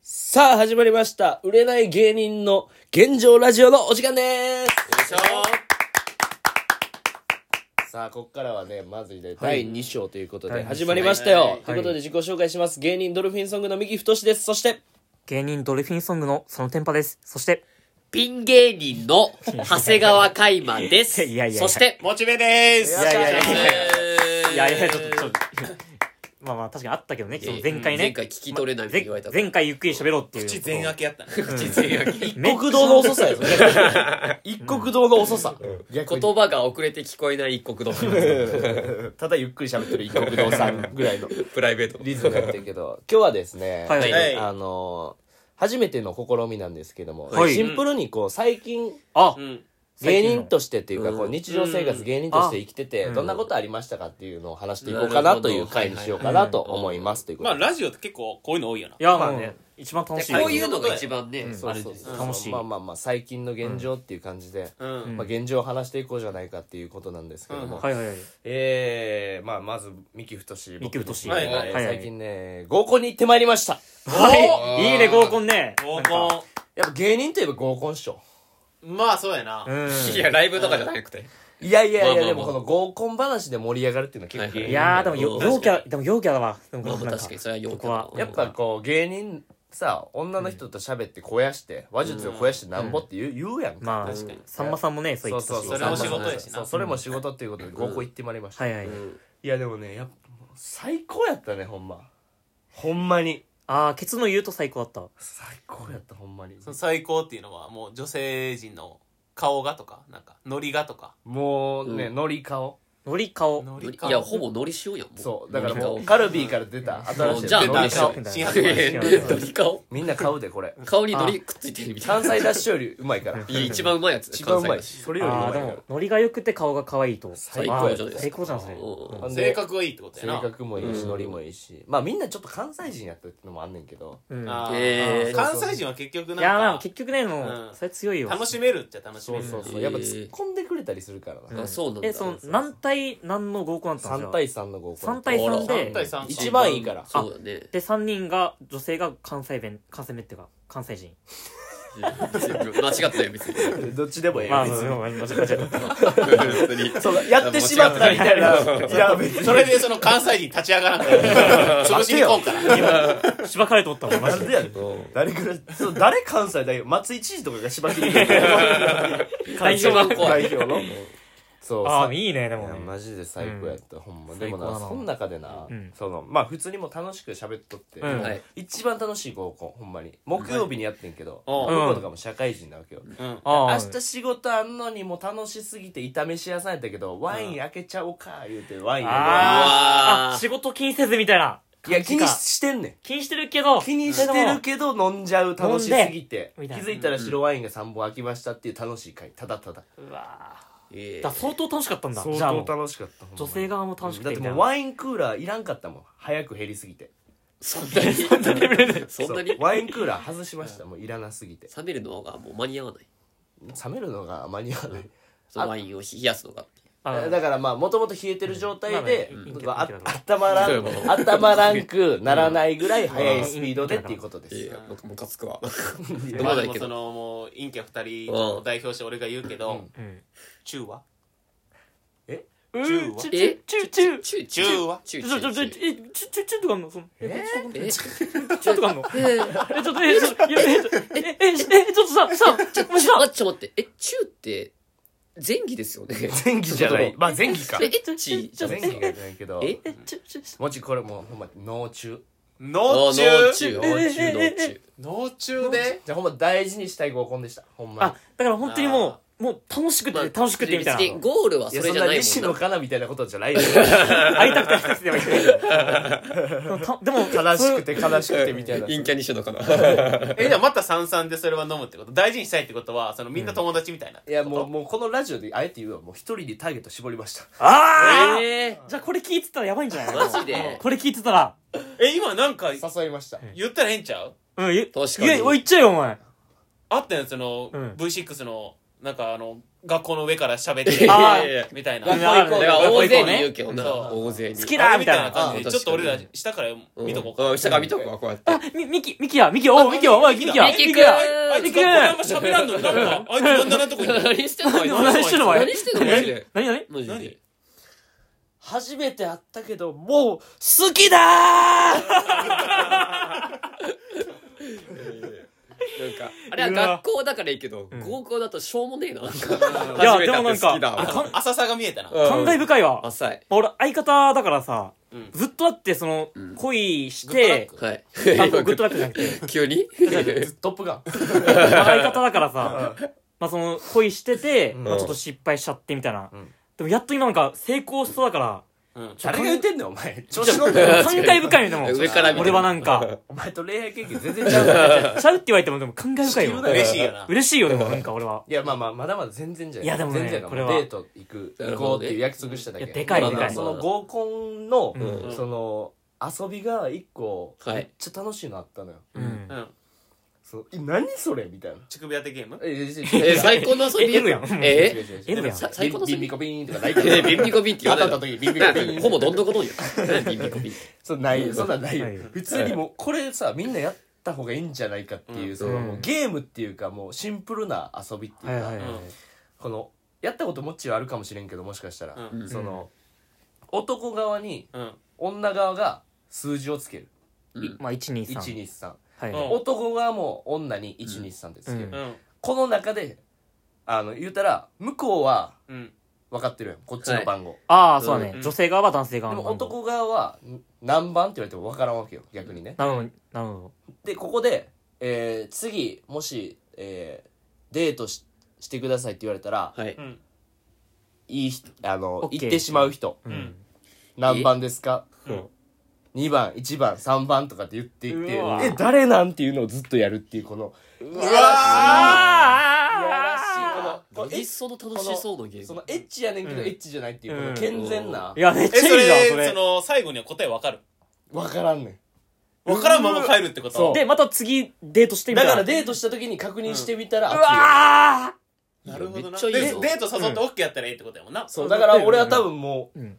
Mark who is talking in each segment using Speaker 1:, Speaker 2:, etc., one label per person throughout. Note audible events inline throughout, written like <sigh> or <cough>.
Speaker 1: さあ、始まりました。売れない芸人の現状ラジオのお時間です。
Speaker 2: よいしょさあここからはねまず第
Speaker 1: 第
Speaker 2: 2
Speaker 1: 2章ということ
Speaker 3: は
Speaker 1: で
Speaker 3: い
Speaker 1: 始まりましたよ。
Speaker 2: はい
Speaker 1: ということで自己紹介します。芸人ドルフィンソングの三木太志です。そして、
Speaker 3: 芸人ドルフィンソングのそのテンパです。そして、
Speaker 4: ピン芸人の長谷川海馬です。
Speaker 3: いやいやいや
Speaker 4: そして、
Speaker 2: モチベです
Speaker 3: いやいやいや
Speaker 4: えー
Speaker 3: いやいや、ちょっと、ちょっと、まあまあ確かにあったけどね、その前回ね。
Speaker 4: 前回聞き取れないって言われた
Speaker 3: 前前回ゆっくり喋ろうっていう。
Speaker 2: 口全開けやったね
Speaker 4: 口全開き
Speaker 3: めっ
Speaker 1: 一国道の遅さやぞ。
Speaker 2: <laughs>
Speaker 1: 一国道の遅さ。
Speaker 2: 逆に
Speaker 4: 言葉が遅れて聞こえない一国道
Speaker 2: <laughs> ただゆっくり喋ってる一国堂さんぐらいの
Speaker 4: プライベート
Speaker 2: リズムやってるけ
Speaker 3: <laughs>
Speaker 2: ど今日はですね
Speaker 3: はい
Speaker 4: はい
Speaker 2: あの初めての試みなんですけども
Speaker 3: はい
Speaker 2: シンプルにこう最近
Speaker 3: あ、
Speaker 2: 芸人としてっていうかこう
Speaker 3: うん
Speaker 2: 日常生活芸人として生きてて
Speaker 3: うん。
Speaker 2: どんなことありましたかっていうのを話していこうかなという回にしようかなと思いますというこ
Speaker 5: まあ
Speaker 2: とで
Speaker 5: ラジオって結構こういうの多いよない
Speaker 3: や、
Speaker 2: まあ
Speaker 3: もう
Speaker 2: ね
Speaker 3: ね、一番楽しい。
Speaker 4: こういうのが一番ね、
Speaker 3: ん
Speaker 2: そ
Speaker 4: あ
Speaker 2: う
Speaker 4: れ
Speaker 2: そう
Speaker 4: です
Speaker 2: そう
Speaker 3: 楽しい
Speaker 2: まあまあまあ最近の現状っていう感じで
Speaker 5: うん。
Speaker 3: ん
Speaker 2: まあ、現状を話していこうじゃないかっていうことなんですけども、
Speaker 3: はいはいはい。
Speaker 2: えーまあ、まず三木太志
Speaker 3: 三木太志
Speaker 2: 僕ね
Speaker 5: はいはい
Speaker 3: はい
Speaker 2: 最近ね合コンに行ってまいりました
Speaker 3: はい。いいね、合コンね。
Speaker 5: 合
Speaker 3: なんか。
Speaker 5: コ
Speaker 2: やっぱ芸人といえば合コンっしょ
Speaker 5: ン。まあそうやな。
Speaker 3: うん。
Speaker 4: いや、ライブとかじゃなくて。
Speaker 2: いやいやいや、
Speaker 4: まあまあまあ
Speaker 2: でもこの合コン話で盛り上がるっていうのは結構芸人
Speaker 4: はい
Speaker 3: やー、で
Speaker 2: だ
Speaker 3: も、
Speaker 2: よ
Speaker 3: よ、
Speaker 4: うん
Speaker 3: 陽キャ、でも陽キャだわ。でも
Speaker 4: まあ
Speaker 3: なん
Speaker 4: 確かに、それはよ
Speaker 3: こは
Speaker 2: やっぱこう芸人さ女の人と喋って肥やして話術を肥やしてなんぼって言う,、言うやんか、
Speaker 3: まあ、
Speaker 5: 確かに
Speaker 3: さんまさんもね、そう
Speaker 2: そ
Speaker 3: 言
Speaker 2: う
Speaker 3: ってた
Speaker 2: そうそう
Speaker 3: し。
Speaker 5: れも仕事やしな
Speaker 2: そうそれも仕事っていうことで合コン行ってまいりました、
Speaker 3: はいはい。
Speaker 2: いやでもねやっぱ最高やったねほんまほんまに
Speaker 3: あー、ケツの言うと最高だった。
Speaker 2: 最高やったほんまに
Speaker 5: その最高っていうのはもう女性陣の顔がとか、なんか、ノリがとか。
Speaker 2: もうね、
Speaker 4: うん
Speaker 2: ノリ顔
Speaker 3: ノリ顔。
Speaker 5: ノ
Speaker 4: いや、ほぼノリしようよ。も
Speaker 2: そうだからも
Speaker 4: ノ
Speaker 2: う
Speaker 4: リ
Speaker 2: カルビーから出た新しい
Speaker 4: じゃ
Speaker 2: ノ
Speaker 4: あ
Speaker 2: リ
Speaker 4: ノ
Speaker 2: 顔
Speaker 4: リ
Speaker 5: 顔新
Speaker 4: 顔
Speaker 5: 発
Speaker 3: 違
Speaker 5: 売
Speaker 3: う違う
Speaker 4: ノリ顔。
Speaker 2: みんな買うでこ <laughs> れ
Speaker 4: 顔にノリくっついてるみた
Speaker 2: 関
Speaker 4: いな。
Speaker 2: 西ダッシュよりうまいから
Speaker 4: い
Speaker 2: <laughs>
Speaker 4: や、一番うまいやつだよ
Speaker 2: 一番うまい
Speaker 4: 関西
Speaker 2: それよりう
Speaker 3: ああ
Speaker 2: ま
Speaker 3: ーで
Speaker 2: いから
Speaker 3: もノリが良くて顔が可愛いと
Speaker 2: 最
Speaker 4: 高じゃない
Speaker 3: あ
Speaker 4: です
Speaker 3: ー
Speaker 4: か
Speaker 3: 最高じゃんそれ
Speaker 4: うんうん
Speaker 2: ほん
Speaker 5: 性
Speaker 2: で
Speaker 5: 格がいいってことや
Speaker 2: 性
Speaker 5: な。
Speaker 2: 格もいいしノリもいいしまあみんなちょっと関西人やったってのもあんねんけど
Speaker 3: うんいや
Speaker 5: あー
Speaker 4: へー
Speaker 5: 関西人は結局
Speaker 3: ーま
Speaker 5: な
Speaker 3: あ
Speaker 5: んか、
Speaker 3: 結局ね
Speaker 5: う
Speaker 3: も
Speaker 5: ん
Speaker 3: うそれ強いよ
Speaker 5: 楽しめるっちゃ楽し
Speaker 2: そ
Speaker 5: め
Speaker 2: う
Speaker 5: る。
Speaker 2: そうそう
Speaker 4: うん
Speaker 2: やっぱ突っ込んでくれたりするから
Speaker 4: うん
Speaker 2: な
Speaker 4: あ、そうなんだ。
Speaker 3: えその何対何の合コンだったんです
Speaker 2: 3
Speaker 3: か
Speaker 2: 対3の合コン
Speaker 3: 3対3
Speaker 4: あら
Speaker 3: で
Speaker 5: 3対3。
Speaker 2: 一番いいから
Speaker 4: そうだね。
Speaker 3: で3人が女性が関西弁関西弁っていうか関西人
Speaker 4: 間違ったよ、別に。
Speaker 2: どっちでもええよ
Speaker 3: まあ
Speaker 2: 別に
Speaker 3: まあ間違えちゃった
Speaker 4: 別に
Speaker 2: そうやってしまったみたい <laughs> ないや別に
Speaker 5: それでその関西人立ち上がらんから。潰しに行こうから。
Speaker 3: しばかれとったもんマ
Speaker 2: な
Speaker 3: ジ
Speaker 2: ん
Speaker 3: で
Speaker 2: でやねん誰からそう誰関西代表松井知事とかがしばき <laughs> に行く
Speaker 4: 大丈夫怖い
Speaker 2: 代表のそう
Speaker 3: あ
Speaker 2: さ
Speaker 3: あいいねで
Speaker 2: い
Speaker 3: も
Speaker 2: や
Speaker 3: ね
Speaker 2: マジで最高やった、ほんまで
Speaker 3: 最
Speaker 2: も
Speaker 3: 高だな
Speaker 2: なその中でな、
Speaker 3: うん
Speaker 2: そのまあ普通にも楽しく喋っとって、
Speaker 3: うん
Speaker 4: はい
Speaker 2: 一番楽しい合コンほんまに木曜日にやってんけど、
Speaker 5: うん
Speaker 2: 向こうとかも社会人なわけよ、
Speaker 5: うん。
Speaker 3: あ
Speaker 2: 明
Speaker 3: あ
Speaker 2: 日仕事あんのにもう楽しすぎて炒飯屋さんやったけどワイン開けちゃおうか言うてワイン
Speaker 3: あ
Speaker 4: うわ
Speaker 3: ー
Speaker 4: ー
Speaker 3: あ仕事気にせずみたいない
Speaker 2: や気
Speaker 3: 感じ
Speaker 2: に
Speaker 3: か
Speaker 2: してんねん
Speaker 3: 気にしてるけど
Speaker 2: 気にしてるけど飲んじゃう楽しすぎて気
Speaker 3: 飲んで
Speaker 2: づいたら白ワインが3本開きましたっていう楽しい回ただただ
Speaker 3: うわ
Speaker 4: え
Speaker 3: ー
Speaker 4: え
Speaker 3: だから相当楽しかったんだ
Speaker 2: 相
Speaker 3: じゃあもう
Speaker 2: 当楽しかったほんまに
Speaker 3: 女性側も楽しく
Speaker 2: だってて
Speaker 3: み
Speaker 2: も
Speaker 3: た
Speaker 2: ワ
Speaker 3: いうな
Speaker 2: インクーラーいらんかったもん早く減りすぎて
Speaker 4: そんなにそんなにそんな
Speaker 2: そう
Speaker 4: に
Speaker 2: ワインクーラー外しましたもういらなすぎて
Speaker 4: 冷めるのがもう間に合わない
Speaker 2: 冷めるのが間に合わない
Speaker 4: そのワインを冷やすのが
Speaker 3: あー
Speaker 2: だからまあもともと冷えてる状態で、
Speaker 3: うん
Speaker 2: うん
Speaker 3: まあ
Speaker 2: あ
Speaker 3: ねうん
Speaker 2: 温まら
Speaker 4: そうん
Speaker 2: 温まらんくならないぐらい速いスピードでっていうことです、
Speaker 4: ええ僕ムカつくわ飲
Speaker 5: ま
Speaker 4: ま
Speaker 5: あ
Speaker 4: な
Speaker 5: で
Speaker 4: い
Speaker 5: も
Speaker 4: け
Speaker 5: そ
Speaker 4: ど
Speaker 5: のもう陰キャ二人を代表して俺が言うけど、
Speaker 3: うん
Speaker 5: 中は
Speaker 3: うんちゅ
Speaker 4: え
Speaker 3: ちゅちゅちゅ
Speaker 4: チューチ
Speaker 5: 中
Speaker 4: ュー
Speaker 5: は
Speaker 4: チ
Speaker 3: え
Speaker 4: ュ
Speaker 3: ちょちょちょえ
Speaker 4: ーチュー
Speaker 3: ちょちょちょっとかんのそのえ
Speaker 4: え
Speaker 3: ちょっとかんのえちょっとえちょっといやえちょええええちょっとささ
Speaker 4: ちょ
Speaker 3: もう
Speaker 4: ちょ
Speaker 3: さ
Speaker 4: 待ってちょ待ってえチューって前期ですよね
Speaker 2: 前期じゃないまあ前期か
Speaker 4: えエッチじゃな
Speaker 2: 前期
Speaker 4: い
Speaker 2: じゃないけど
Speaker 4: え
Speaker 3: えちょちょちょ
Speaker 2: もちこれもうほんま脳中
Speaker 5: 脳
Speaker 4: ー
Speaker 5: 中
Speaker 4: ノーチューノーチュ
Speaker 3: え
Speaker 4: ー
Speaker 3: え
Speaker 4: ノーチュー
Speaker 5: 脳中で
Speaker 2: じゃあほんま大事にしたい合コンでしたほんまに
Speaker 3: あだから本当にもうもう楽しくて
Speaker 4: まあ
Speaker 3: 楽しくてみたい
Speaker 4: 別に
Speaker 3: な
Speaker 4: ゴールはいそ
Speaker 2: や
Speaker 4: れ
Speaker 2: そん
Speaker 4: じゃ
Speaker 2: な
Speaker 4: ない
Speaker 2: 西
Speaker 4: もん
Speaker 2: 野
Speaker 4: な
Speaker 2: カナみたいなことじゃないよ
Speaker 3: 会いたくて会いたくてでもいい
Speaker 4: <laughs>
Speaker 3: でも
Speaker 2: <laughs> 悲しくて悲しくてみたいな
Speaker 4: 陰キャにしよう <laughs> のかな
Speaker 5: えじゃあまた三々でそれは飲むってこと大事にしたいってことはそのみんな友達みたいな、
Speaker 2: いやもうもうこのラジオであえて言うわもう一人でターゲット絞りました
Speaker 3: ああ
Speaker 4: ええ
Speaker 3: じゃあこれ聞いてたらやばいんじゃない
Speaker 4: マジで
Speaker 3: これ聞いてたら
Speaker 5: え今なんか
Speaker 2: 誘いました
Speaker 5: 言ったらええんちゃう
Speaker 3: うんゆ
Speaker 4: 確かに
Speaker 3: ゆおい言っちゃうよお前
Speaker 5: あったやんその、
Speaker 3: うん
Speaker 5: V6 のなんかあの学校の上から喋って
Speaker 3: あ
Speaker 5: あみたいな
Speaker 4: 学校行こうが大勢に言うけどな。
Speaker 5: そう
Speaker 4: 大勢に。
Speaker 3: 好き
Speaker 5: あ
Speaker 3: だ
Speaker 5: れ
Speaker 3: み
Speaker 5: み
Speaker 3: たい
Speaker 5: たい
Speaker 3: な
Speaker 5: な感じ
Speaker 4: あ
Speaker 5: で
Speaker 4: あ
Speaker 5: ちょっと俺ら
Speaker 4: 確
Speaker 5: 下から
Speaker 4: うん
Speaker 5: 見とこうか
Speaker 4: ん下から見とこうか、こうやって。
Speaker 3: あ、み、みき、みきや、みき、おう、みきおう、おい、みきや。
Speaker 4: みきくん
Speaker 5: あ
Speaker 3: や
Speaker 5: い
Speaker 3: み
Speaker 5: つ
Speaker 3: き
Speaker 5: があん
Speaker 3: や
Speaker 5: ま喋らんのになんかあいつなんだなとこに
Speaker 4: 何してんの
Speaker 5: 何
Speaker 4: 何
Speaker 3: 何してんの、おい。
Speaker 4: してんのマジで。
Speaker 3: 何、何
Speaker 4: マジで
Speaker 5: 何。
Speaker 1: 初めて会ったけど、もう、好きだー
Speaker 4: なんか、あれは学校だからいいけど、高校だとしょうもねえな。なんか
Speaker 3: いや
Speaker 4: 初めて会って好きだわ
Speaker 3: でもなんか
Speaker 5: 浅さが見えたな
Speaker 3: <laughs> 感慨深いわ。
Speaker 4: 浅い。
Speaker 3: 俺、相方だからさ
Speaker 5: うん、
Speaker 3: ずっとだって、その、恋し
Speaker 5: グッドラッ
Speaker 3: て
Speaker 5: ク、
Speaker 4: はい。
Speaker 3: あ、グッドラックじゃなく <laughs>
Speaker 4: <laughs>
Speaker 3: て、
Speaker 4: 急 <laughs> に
Speaker 2: トップガン
Speaker 3: 相方だからさ、まあその、恋してて、まあちょっと失敗しちゃってみたいな。でもやっと今なんか成功しそうだから、
Speaker 5: うん
Speaker 2: 誰が言ってんねんお前調子乗んなよ
Speaker 3: 感慨深いよで
Speaker 4: <laughs>
Speaker 3: も。
Speaker 4: 上から見てる
Speaker 3: 俺はなんか、
Speaker 2: お前と恋愛経験全然ちゃうぞ
Speaker 3: ちゃうって言われてもでも感慨深い
Speaker 2: 地球
Speaker 3: よ
Speaker 2: だ。よ
Speaker 5: 嬉しいよな
Speaker 3: 嬉しいよ、でもなんか俺は。
Speaker 2: いやまあまあまだまだ全然じゃない
Speaker 3: いやでもね
Speaker 2: 全然が
Speaker 3: これは
Speaker 2: デート行く
Speaker 4: な
Speaker 2: 行
Speaker 4: るほ
Speaker 2: こ
Speaker 4: ど
Speaker 2: う
Speaker 4: ね
Speaker 2: っていう約束しただけ
Speaker 3: いやでかい
Speaker 2: まあまあ
Speaker 3: でかい
Speaker 2: その合コンの
Speaker 3: うん
Speaker 2: その遊びが一個
Speaker 4: はい
Speaker 2: めっちゃ楽しいのあったのよ
Speaker 3: うん
Speaker 5: う。ん
Speaker 2: そうえ何それみたいな
Speaker 5: 乳首当てゲーム
Speaker 2: え違う違う違
Speaker 4: え、
Speaker 2: う
Speaker 4: 最高の遊び
Speaker 3: え L やん
Speaker 2: 違う違う違う
Speaker 4: え
Speaker 3: え L やん
Speaker 4: さ最高の
Speaker 2: ビ
Speaker 4: 遊
Speaker 2: ンビ
Speaker 4: び
Speaker 2: コ <laughs> ビーンとかないから
Speaker 4: え、ビンビコビンって言わな
Speaker 2: 当
Speaker 4: い
Speaker 2: たった時ビンビコビーン
Speaker 4: ほぼどんどこどんや。ビンビコビン。
Speaker 2: そうないそんなんないよ
Speaker 3: ないよ
Speaker 2: 普通にもうこれさみんなやった方がいいんじゃないかっていう、
Speaker 5: うん
Speaker 2: その
Speaker 3: うん
Speaker 2: もうゲームっていうかもうシンプルな遊びっていう
Speaker 3: は
Speaker 2: か、
Speaker 3: いはいはい。
Speaker 2: このやったこともっちはあるかもしれんけどもしかしたら、
Speaker 5: うん
Speaker 2: その男側に
Speaker 5: うん
Speaker 2: 女側が数字をつける
Speaker 3: まあ、1、2、3。
Speaker 2: 123、
Speaker 3: はい。
Speaker 5: うん
Speaker 2: 男側も女に123ってつける、
Speaker 3: うん
Speaker 5: うん
Speaker 2: この中であの言うたら向こうは
Speaker 5: うん
Speaker 2: 分かってるやんこっちの番号、
Speaker 3: ああ、そうだ
Speaker 5: う
Speaker 3: ね。
Speaker 5: ん
Speaker 3: 女性側は男性
Speaker 2: で
Speaker 3: 側の
Speaker 2: も
Speaker 3: 番号。
Speaker 2: 男側はん何番って言われても分からんわけよ逆にね、
Speaker 3: なるほど、なるほど。
Speaker 2: でここで、えー次もし、えーデートししてくださいって言われたら、
Speaker 4: はい。
Speaker 5: うん
Speaker 2: い、い人あの
Speaker 3: OK
Speaker 2: 行ってしまう人、
Speaker 5: ん
Speaker 2: 何番ですか
Speaker 4: うん
Speaker 2: 2番1番3番とかって言っていって
Speaker 3: うわ
Speaker 2: え誰なんていうのをずっとやるっていうこのうわいやらしいこのこ
Speaker 4: よ
Speaker 2: のエ
Speaker 4: り
Speaker 2: ッ
Speaker 4: その楽しそうなゲーム。
Speaker 2: そのエッチやねんけど
Speaker 3: うん
Speaker 2: エッチじゃないっていうこ
Speaker 3: う
Speaker 2: の
Speaker 3: ん
Speaker 2: 健全ない
Speaker 3: や、めっち
Speaker 5: え
Speaker 3: ゃい
Speaker 5: そ
Speaker 3: いじゃん、そ
Speaker 5: れ
Speaker 3: れ。
Speaker 5: その最後には答えわかる
Speaker 2: 分からんねん
Speaker 5: わからんまま帰るってこ
Speaker 2: そ
Speaker 5: と
Speaker 2: う
Speaker 3: で、また次、デートしてみた
Speaker 2: だ
Speaker 3: いな
Speaker 2: からデートした時に確認してみたら、
Speaker 3: うわ
Speaker 5: なるほ
Speaker 4: め
Speaker 5: どな
Speaker 4: っちゃい
Speaker 5: で
Speaker 4: い
Speaker 5: デ
Speaker 4: ぞ
Speaker 5: ート誘って OK やったらいいってことやもんな
Speaker 2: そうだから俺は多分もう、
Speaker 3: うん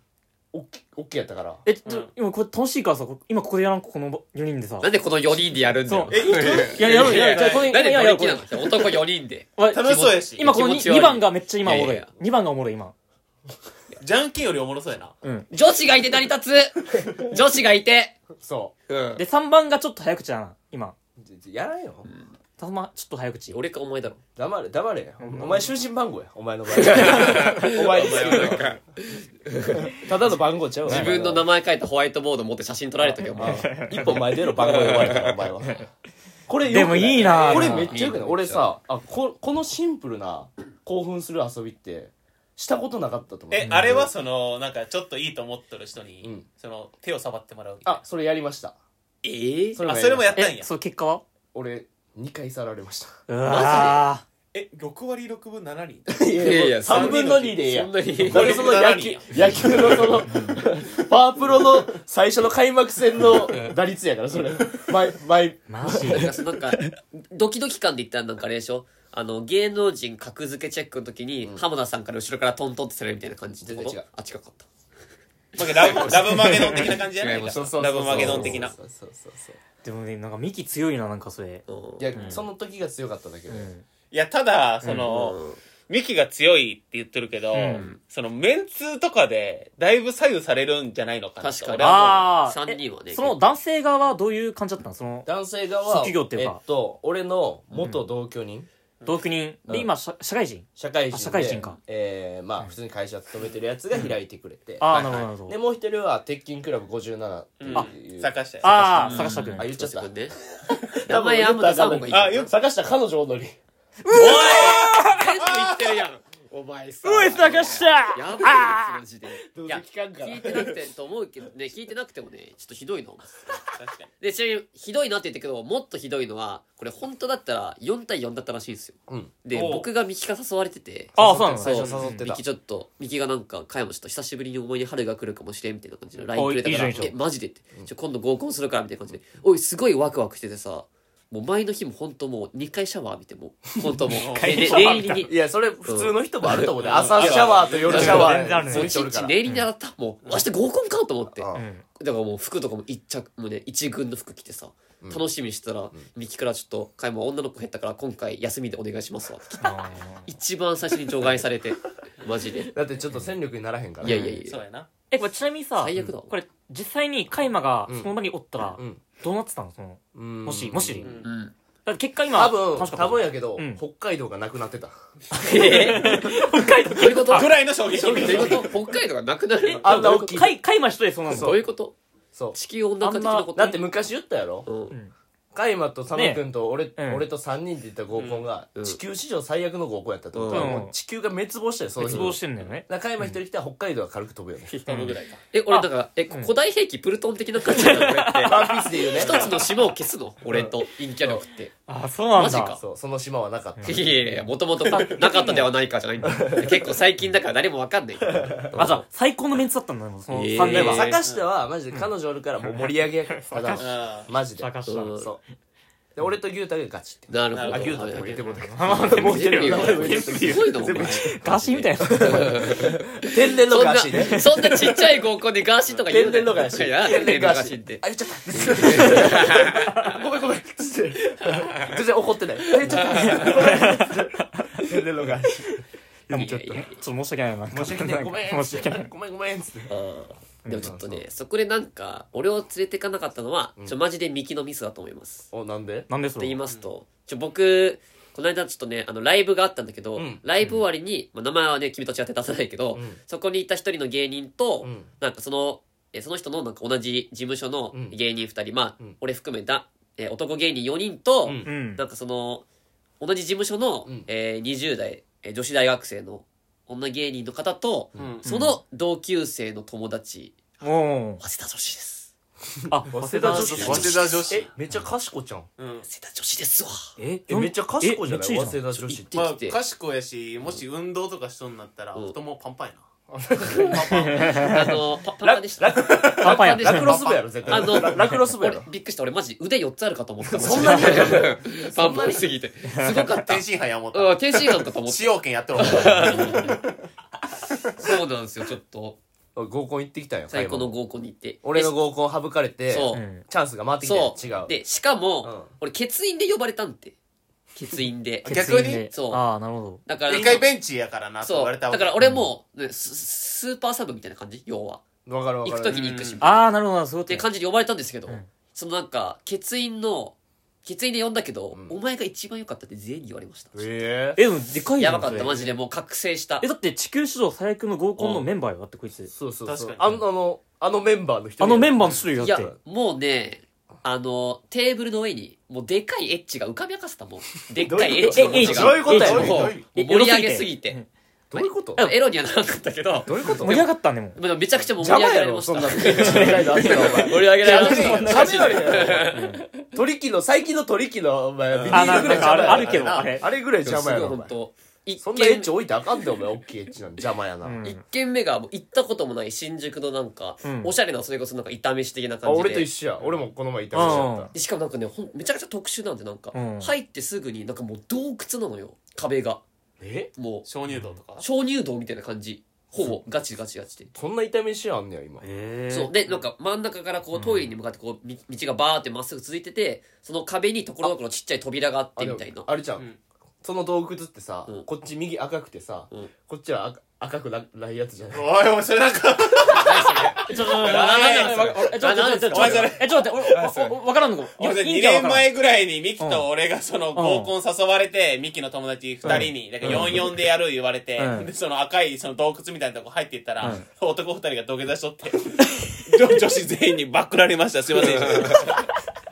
Speaker 2: オッケーオッケーやったから
Speaker 3: ーえ、ちょっと、今これ楽しいからさ、こ今ここでやらんこの4人でさ
Speaker 4: な。んでこの4人でやるんだよ
Speaker 3: そう。
Speaker 5: えいい人
Speaker 3: いや、やろう、やろう。
Speaker 5: いやいや
Speaker 3: じゃあこの、い
Speaker 4: なんで
Speaker 3: や、
Speaker 4: 乗
Speaker 3: や
Speaker 4: り
Speaker 3: ろ
Speaker 4: 気なの男4人で。
Speaker 5: 楽しそうやし
Speaker 3: 今この
Speaker 4: 気持ち悪い
Speaker 3: 2番がめっちゃ今おもろ
Speaker 4: いや
Speaker 3: い
Speaker 4: いや。
Speaker 3: 2番がおもろい、今。
Speaker 5: じゃんけんよりおもろそうやな
Speaker 3: うん。
Speaker 4: 女子がいて成り立つ女子がいて
Speaker 2: そ
Speaker 4: うん。
Speaker 3: で、3番がちょっと早口だな、今。
Speaker 2: うじじやらんよ、
Speaker 3: たま、ちょっと早口。
Speaker 4: 俺かお前だろ。
Speaker 2: 黙れ黙れお前囚人番号やお前の場合 <laughs> お前につけるのはただの番号ちゃうわ
Speaker 4: 自分の名前書いたホワイトボード持って写真撮られたけど、お前。
Speaker 2: 一歩前出ろ番号呼ばれたらお前はこれよく
Speaker 3: でもいいな
Speaker 2: これめっちゃよくない俺さあここのシンプルな興奮する遊びってしたことなかったと思う
Speaker 5: えあれはそのなんかちょっといいと思っとる人
Speaker 2: う
Speaker 5: に
Speaker 2: ん
Speaker 5: その手を触ってもらうみたいな
Speaker 2: あそれやりました
Speaker 4: えぇ
Speaker 5: あそれも
Speaker 2: っ
Speaker 5: やったん
Speaker 3: え、
Speaker 5: や
Speaker 3: その結果は
Speaker 2: 俺2回さられまし
Speaker 3: うわ
Speaker 5: え六割六分七厘
Speaker 2: たい
Speaker 4: やいや
Speaker 2: 3分の2でええや
Speaker 4: そんなに。
Speaker 2: なんでその野球野球のその、パワープロの最初の開幕戦の打率やから、それ。毎、毎、
Speaker 3: ーマ
Speaker 4: <laughs>
Speaker 3: ジ
Speaker 4: なんかそのなんか、ドキドキ感で言ったらなんかあれでしょあの、芸能人格付けチェックの時に、浜田さんから後ろからトントンってされるみたいな感じで。
Speaker 2: 全然違う
Speaker 4: あ、違かった。
Speaker 5: まあラブラブマゲドン的な感じじゃない
Speaker 4: 違いま
Speaker 5: ラブマゲドン的な
Speaker 2: そうそうそうそう。
Speaker 3: でもね、なんかミキ強いな、なんかそれ。
Speaker 4: うん
Speaker 2: いや、その時が強かっただけで。
Speaker 5: いやただそのミキが強いって言ってるけど
Speaker 3: ん
Speaker 5: そのメンツとかでだいぶ左右されるんじゃないのかなと
Speaker 4: 確かに
Speaker 5: 俺は
Speaker 3: ああ。
Speaker 4: 三人はね
Speaker 3: えその男性側はどういう感じだったのその、
Speaker 2: 男性側は、
Speaker 3: 卒業っていう
Speaker 2: え
Speaker 3: か
Speaker 2: っと、俺の元同居人、
Speaker 3: 同居人。
Speaker 2: うん
Speaker 3: で、今、社社会人。
Speaker 2: 社会人
Speaker 3: あ
Speaker 2: で。
Speaker 3: 社会人か
Speaker 2: えー、まあ、普通に会社勤めてるやつが開いてくれて。
Speaker 3: あ
Speaker 2: は
Speaker 3: あ、
Speaker 2: い
Speaker 3: なるほど、なるほ
Speaker 2: で、
Speaker 3: ど。
Speaker 2: もう一人は、鉄筋クラブ57っていう。
Speaker 5: 探したよ <laughs>
Speaker 3: ああ、探したく
Speaker 2: あ、
Speaker 3: ん。
Speaker 2: 言っちゃった
Speaker 4: ご。
Speaker 2: <laughs>
Speaker 4: めんね。名前あんま出さん方がいい。
Speaker 5: あよく
Speaker 2: 探した彼女おんのに。
Speaker 4: 全部言ってるやん。お前さ。
Speaker 3: おい、探した
Speaker 4: やばいよ、マジで。
Speaker 2: どう
Speaker 4: いや
Speaker 2: せ聞かんから
Speaker 4: 聞いてなくてと思うけどね聞いてなくてもねちょっとひどいの
Speaker 5: 確かに
Speaker 4: でちなみにひどいなって言ったけどもっとひどいのはこれ本当だったら4対4だったらしいんですよ、
Speaker 2: うん
Speaker 4: で
Speaker 5: おう
Speaker 4: 僕がミキが誘われてて
Speaker 3: ああ、そうなの
Speaker 2: 最初誘って
Speaker 4: ミ
Speaker 2: た
Speaker 4: キ。ちょっとミキがなんか加山ちょっと久しぶりにお前に春が来るかもしれんみたいな感じの LINE くれたから
Speaker 3: いいじゃんいいじゃん
Speaker 4: えマジでってちょ今度合コンするからみたいな感じでおいすごいワクワクしててさもう前の日も本当もう2回シャワー浴びてもう本当もう
Speaker 5: 回
Speaker 4: で
Speaker 5: シャワー
Speaker 4: 念入
Speaker 5: 浴びた
Speaker 4: りに
Speaker 2: いや、それ普通の人もあると思うで。朝シャワーと夜シャワー。
Speaker 3: 全然あるね
Speaker 2: そう
Speaker 4: もう
Speaker 2: いう人お
Speaker 4: ちん
Speaker 2: る
Speaker 4: ち
Speaker 2: か
Speaker 4: ん
Speaker 2: ら。
Speaker 4: 念入りに洗ったもう明日合コンかと思ってだ
Speaker 6: あ
Speaker 4: か
Speaker 6: あ
Speaker 4: らもう服とかも一着もうね一軍の服着てさ楽しみにしてたらミキからちょっと買い物女の子減ったから今回休みでお願いしますわ
Speaker 2: <laughs>
Speaker 4: って来て一番最初に除外されて <laughs> マジで
Speaker 2: だってちょっと戦力にならへんから。
Speaker 4: いやいやい
Speaker 5: そう
Speaker 4: や
Speaker 5: やな
Speaker 3: え、これちなみにさ、
Speaker 4: 最悪だわ
Speaker 3: これ実際にカイマがその場におったら
Speaker 2: うん、
Speaker 3: どうなってたのその、
Speaker 2: も
Speaker 3: もし、もし。
Speaker 4: うん
Speaker 3: だって結果今、
Speaker 2: 多分、
Speaker 3: 楽しかった
Speaker 2: 多分やけど
Speaker 3: うん、
Speaker 2: 北海道がなくなってた。
Speaker 4: どういうこと
Speaker 5: ぐらいの衝撃
Speaker 4: どういうこと北海道がなくなる
Speaker 2: あんな大きい
Speaker 3: カイ、カイマ一人でそうなの
Speaker 4: どういうこと
Speaker 2: そ
Speaker 4: 地球温暖化的なこ
Speaker 2: う。
Speaker 4: と
Speaker 2: だって昔言ったやろ
Speaker 4: うん
Speaker 2: カイマと佐野くんと俺、
Speaker 3: えうん
Speaker 2: 俺と3人で行った合コンが、
Speaker 4: うん
Speaker 2: 地球史上最悪の合コンやったってことは、
Speaker 4: うん
Speaker 2: もう地球が滅亡したよ、その日
Speaker 3: 滅亡してんだよね。
Speaker 2: だからカイマ一人来たら北海道は軽く飛ぶよね。
Speaker 5: 人のぐらいか
Speaker 4: え俺なんかえ古代兵器プルトン的な感じなの
Speaker 2: <laughs>
Speaker 4: これって
Speaker 2: ワンピースで言うね。
Speaker 4: 一つの島を消すの俺と陰キャ力って
Speaker 3: あ、そうなんだ。
Speaker 4: マジ
Speaker 2: <laughs>
Speaker 4: か
Speaker 2: そう、その島はなかった。
Speaker 4: いやいやいやもともとなかったではないかじゃないん <laughs> だ結構最近だから誰もわかんない
Speaker 3: あ、じゃあ最高のメンツだったんだよ、その
Speaker 4: えー
Speaker 3: 3
Speaker 2: で
Speaker 3: 名
Speaker 2: も
Speaker 3: は。
Speaker 2: 坂下はマジで彼女おるからもう盛り上げやからただの
Speaker 5: あ
Speaker 2: マジで
Speaker 3: 坂下
Speaker 2: うんそうで俺と牛太がガチって
Speaker 4: なるほど
Speaker 5: あ牛
Speaker 2: 太ってもうた
Speaker 4: もう全部言うすごいのも
Speaker 3: ガシみたいな。
Speaker 2: 天然の
Speaker 4: そん
Speaker 2: ガチね
Speaker 4: なそんなちっちゃい合コンでガーシーとか言
Speaker 2: 天
Speaker 4: う
Speaker 2: 然のガチ
Speaker 4: いや天然のガシって
Speaker 2: あ言っちゃったごめんごめんつって全然怒ってないあ言っちゃったごめん天然のガチ
Speaker 3: でもちょっと、ちょっと申し訳ないな。申
Speaker 2: 申し訳
Speaker 3: <laughs>
Speaker 2: ないごめん
Speaker 3: 申し訳ない。
Speaker 2: ごめんごめんつって
Speaker 4: うんでもちょっとねそこでなんか俺を連れていかなかったのはちょマジでミキのミスだと思います
Speaker 2: おなんで
Speaker 3: なんでそ
Speaker 4: って言いうますと、ちょ僕この間ちょっとねあのライブがあったんだけど、
Speaker 2: ん
Speaker 4: ライブ終わりに、まあ、名前はね君たちは手出さないけど、
Speaker 2: ん
Speaker 4: そこにいた一人の芸人と、
Speaker 2: うん
Speaker 4: なんかそのえその人のなんか同じ事務所の
Speaker 2: うん
Speaker 4: 芸人2人、まあ、
Speaker 2: ん
Speaker 4: 俺含めたえ男芸人4人と、
Speaker 2: うん
Speaker 3: うん
Speaker 4: な。んかその同じ事務所の、
Speaker 2: うん
Speaker 4: えー20代えー女子大学生の女芸人の方と、
Speaker 5: ん
Speaker 4: その同級生の友達
Speaker 3: おー。
Speaker 4: 早稲田女子です
Speaker 3: あ、
Speaker 2: 早稲田女子
Speaker 6: 早稲田女子
Speaker 2: えめっちゃ賢ちゃん
Speaker 5: うん
Speaker 4: 早稲田女子ですわ
Speaker 2: えめっちゃ賢じゃない早
Speaker 3: えめっちゃい
Speaker 2: 稲田女子って
Speaker 5: ま
Speaker 4: 行
Speaker 5: あ
Speaker 4: ってきて、
Speaker 5: 賢いやしもし運動とかしとんなったら
Speaker 4: うん
Speaker 5: 太ももパンパンやな
Speaker 4: <laughs> あのパパンパンでした
Speaker 3: パンパンや
Speaker 4: パンパンでし
Speaker 2: ラ
Speaker 4: た
Speaker 2: クロス部やろ絶
Speaker 4: あ
Speaker 2: 対
Speaker 4: の
Speaker 2: ラクロス部やろ
Speaker 4: 俺びっくりした俺マジ腕4つあるかと思ったそんなにパンパンすぎてすごかった
Speaker 5: 天津飯やもた
Speaker 4: うん天津飯だと思って
Speaker 5: 使用権やって
Speaker 4: <laughs>
Speaker 5: るわ
Speaker 4: そうなんですよちょっと
Speaker 2: 合コン行ってきたんよ
Speaker 4: 最高
Speaker 2: 買
Speaker 4: の
Speaker 2: い物
Speaker 4: 合コンに行って
Speaker 2: 俺の合コン省かれて
Speaker 4: そう
Speaker 3: うん
Speaker 2: チャンスが回ってきたん
Speaker 4: そ
Speaker 2: よ違
Speaker 4: う
Speaker 2: う
Speaker 4: でしかも、
Speaker 2: うん
Speaker 4: 俺欠員で呼ばれたんって欠員で
Speaker 5: 逆に
Speaker 3: 欠員で
Speaker 4: そう
Speaker 3: ああ、なるほど。
Speaker 4: だから
Speaker 5: 一回ベンチやからなって言
Speaker 4: そ
Speaker 5: わ
Speaker 4: う
Speaker 5: れ
Speaker 4: だ
Speaker 5: た
Speaker 4: から俺もう、ねススーパーサブみたいな感じ要は
Speaker 2: わかるわ
Speaker 4: 行
Speaker 2: か
Speaker 4: く
Speaker 2: る
Speaker 4: 時に行くしっ
Speaker 3: ああ、なるほど、そういう
Speaker 4: て
Speaker 3: こと
Speaker 4: 感じで呼ばれたんですけど、
Speaker 3: ん
Speaker 4: そのなんか欠員の欠員で呼んだけど、お前が一番良かったって全員に言われました
Speaker 2: ええ
Speaker 3: え、でもでかいじゃ
Speaker 4: や
Speaker 3: ん
Speaker 4: ばかっ
Speaker 3: そ
Speaker 4: た
Speaker 3: れ
Speaker 4: マジでもう覚醒した
Speaker 3: え、だって地球史上最悪の合コンのメンバーよ、だってこいつ。
Speaker 2: そうそうそう
Speaker 5: 確
Speaker 2: あ
Speaker 5: か
Speaker 2: の
Speaker 5: に
Speaker 2: あのあのメンバーの人
Speaker 3: あのメンバーの種類
Speaker 4: い
Speaker 3: だ
Speaker 4: や
Speaker 3: って。
Speaker 4: もうねあのテーブルの上にもうでかいエッチが浮かび上が
Speaker 2: <laughs>
Speaker 4: せたもんでっかいエッチの文字が
Speaker 2: どういうことや
Speaker 4: も
Speaker 2: どういうこと
Speaker 4: うもう盛り上げすぎて
Speaker 2: どういうこと
Speaker 4: エロにはならなかったけど
Speaker 2: どういうこと
Speaker 3: 盛り上がったね、もう。
Speaker 4: まあめちゃくちゃ盛
Speaker 2: 邪
Speaker 4: り上
Speaker 2: 魔
Speaker 4: げら
Speaker 2: や
Speaker 4: れま
Speaker 2: ろ
Speaker 4: した
Speaker 2: そんなの盛
Speaker 4: り上げられました
Speaker 2: したトリキの最近のトリキのお前ビニ
Speaker 3: あ、
Speaker 2: ー
Speaker 3: な
Speaker 2: ル
Speaker 3: ん
Speaker 2: ぐらい
Speaker 3: かあ
Speaker 2: 邪魔
Speaker 3: る
Speaker 2: やろ
Speaker 3: あるけど、あれ。
Speaker 2: あれぐらい邪魔やろお
Speaker 4: 本
Speaker 2: 前
Speaker 4: 当一
Speaker 2: そんなエッ
Speaker 4: 軒
Speaker 2: チ置いてあかんでお前大きいエッチなん邪魔やな
Speaker 3: うん
Speaker 4: 一軒目がもう行ったこともない新宿のなんか、
Speaker 3: ん
Speaker 4: おしゃれなそれこそなんか炒飯的な
Speaker 2: あ
Speaker 4: 感じで
Speaker 2: 俺と一緒や俺もこの前いたことやった
Speaker 4: でしかもなんかねほんめちゃくちゃ特殊なんでなんか、
Speaker 3: うん
Speaker 4: 入ってすぐになんかもう洞窟なのよ壁が
Speaker 2: え
Speaker 4: もう
Speaker 5: 鍾乳洞とか
Speaker 4: 鍾乳洞みたいな感じほぼガチガチガチで
Speaker 2: そんな痛みしあんねや今
Speaker 3: え
Speaker 4: そうでなんか真ん中からこうトイレに向かってこうみ道がバーってまっすぐ続いててその壁にところどころちっちゃい扉があってみたいな
Speaker 2: あれじゃん、
Speaker 5: うん
Speaker 2: その洞窟ってさ、
Speaker 4: うん
Speaker 2: こっち右赤くてさ、
Speaker 4: うん
Speaker 2: こっちは赤赤くなないやつじゃない
Speaker 5: おいおいそれなんか
Speaker 3: ちょ、ちょ、ちょ、ちょ、ちょ、ちょ、ちょ、ちょ、ちょ、ちょ、ちょ、ちょ、わからんのか。
Speaker 5: 俺2
Speaker 3: いいんかわから
Speaker 5: 年
Speaker 3: ん。
Speaker 5: 前ぐらいにミキと俺がその合コン誘われて、ミキの友達2人に、なんか44でやる言われて、
Speaker 3: うん
Speaker 5: で、その赤いその洞窟みたいなとこ入っていったら、
Speaker 3: うん
Speaker 5: 男2人が土下座しとって、 <laughs> 女女子全員にバックられました。すいません。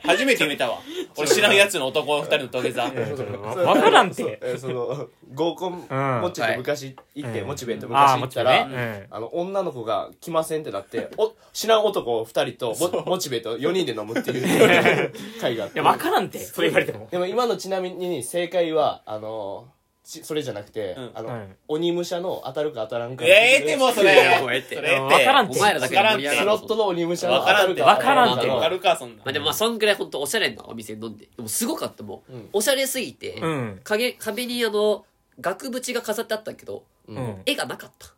Speaker 5: 初めて見たわ。俺知らんやつの男2人の土下座。
Speaker 3: わから
Speaker 2: <laughs>
Speaker 3: ん
Speaker 2: そう
Speaker 3: て。
Speaker 2: えその合コン、モチベ昔行って、
Speaker 3: うん
Speaker 2: モチベって昔
Speaker 3: ああ、
Speaker 2: 行
Speaker 3: も
Speaker 2: っ
Speaker 3: ちろ
Speaker 2: た
Speaker 3: ん
Speaker 2: ら、
Speaker 3: ね。
Speaker 2: あの女の子が来ませんってなってお知らん男2人とモモチベと4人で飲むっていう会があっ
Speaker 3: い
Speaker 2: て
Speaker 3: や、わからんて。それ言われても。
Speaker 2: でも今のちなみに正解はあのしそれじゃなくて、
Speaker 5: うん
Speaker 2: あの、
Speaker 3: はい
Speaker 2: 鬼武者の当たるか当たらんか
Speaker 5: ええってもうそれ
Speaker 4: いやいやもうええって
Speaker 5: それええ
Speaker 3: わからんて
Speaker 4: お前らだけで盛り
Speaker 5: わ
Speaker 4: 上
Speaker 2: ス
Speaker 4: が
Speaker 2: ロ
Speaker 4: る
Speaker 2: ットの鬼武者の
Speaker 5: わ
Speaker 2: 当た
Speaker 5: からん
Speaker 2: る
Speaker 5: て
Speaker 2: か
Speaker 3: わ
Speaker 2: 当
Speaker 3: か
Speaker 2: た
Speaker 3: ら
Speaker 2: ら
Speaker 3: ん
Speaker 2: ん
Speaker 3: て
Speaker 2: か
Speaker 5: わか
Speaker 2: の
Speaker 5: るかそんな
Speaker 4: まあでもまあそんぐらい本当おしゃれなお店飲んででもすごかったもう、
Speaker 2: うん
Speaker 4: おしゃれすぎて、
Speaker 3: うん
Speaker 4: 影壁にあの額縁が飾ってあったけど
Speaker 3: うんうん
Speaker 4: 絵がなかった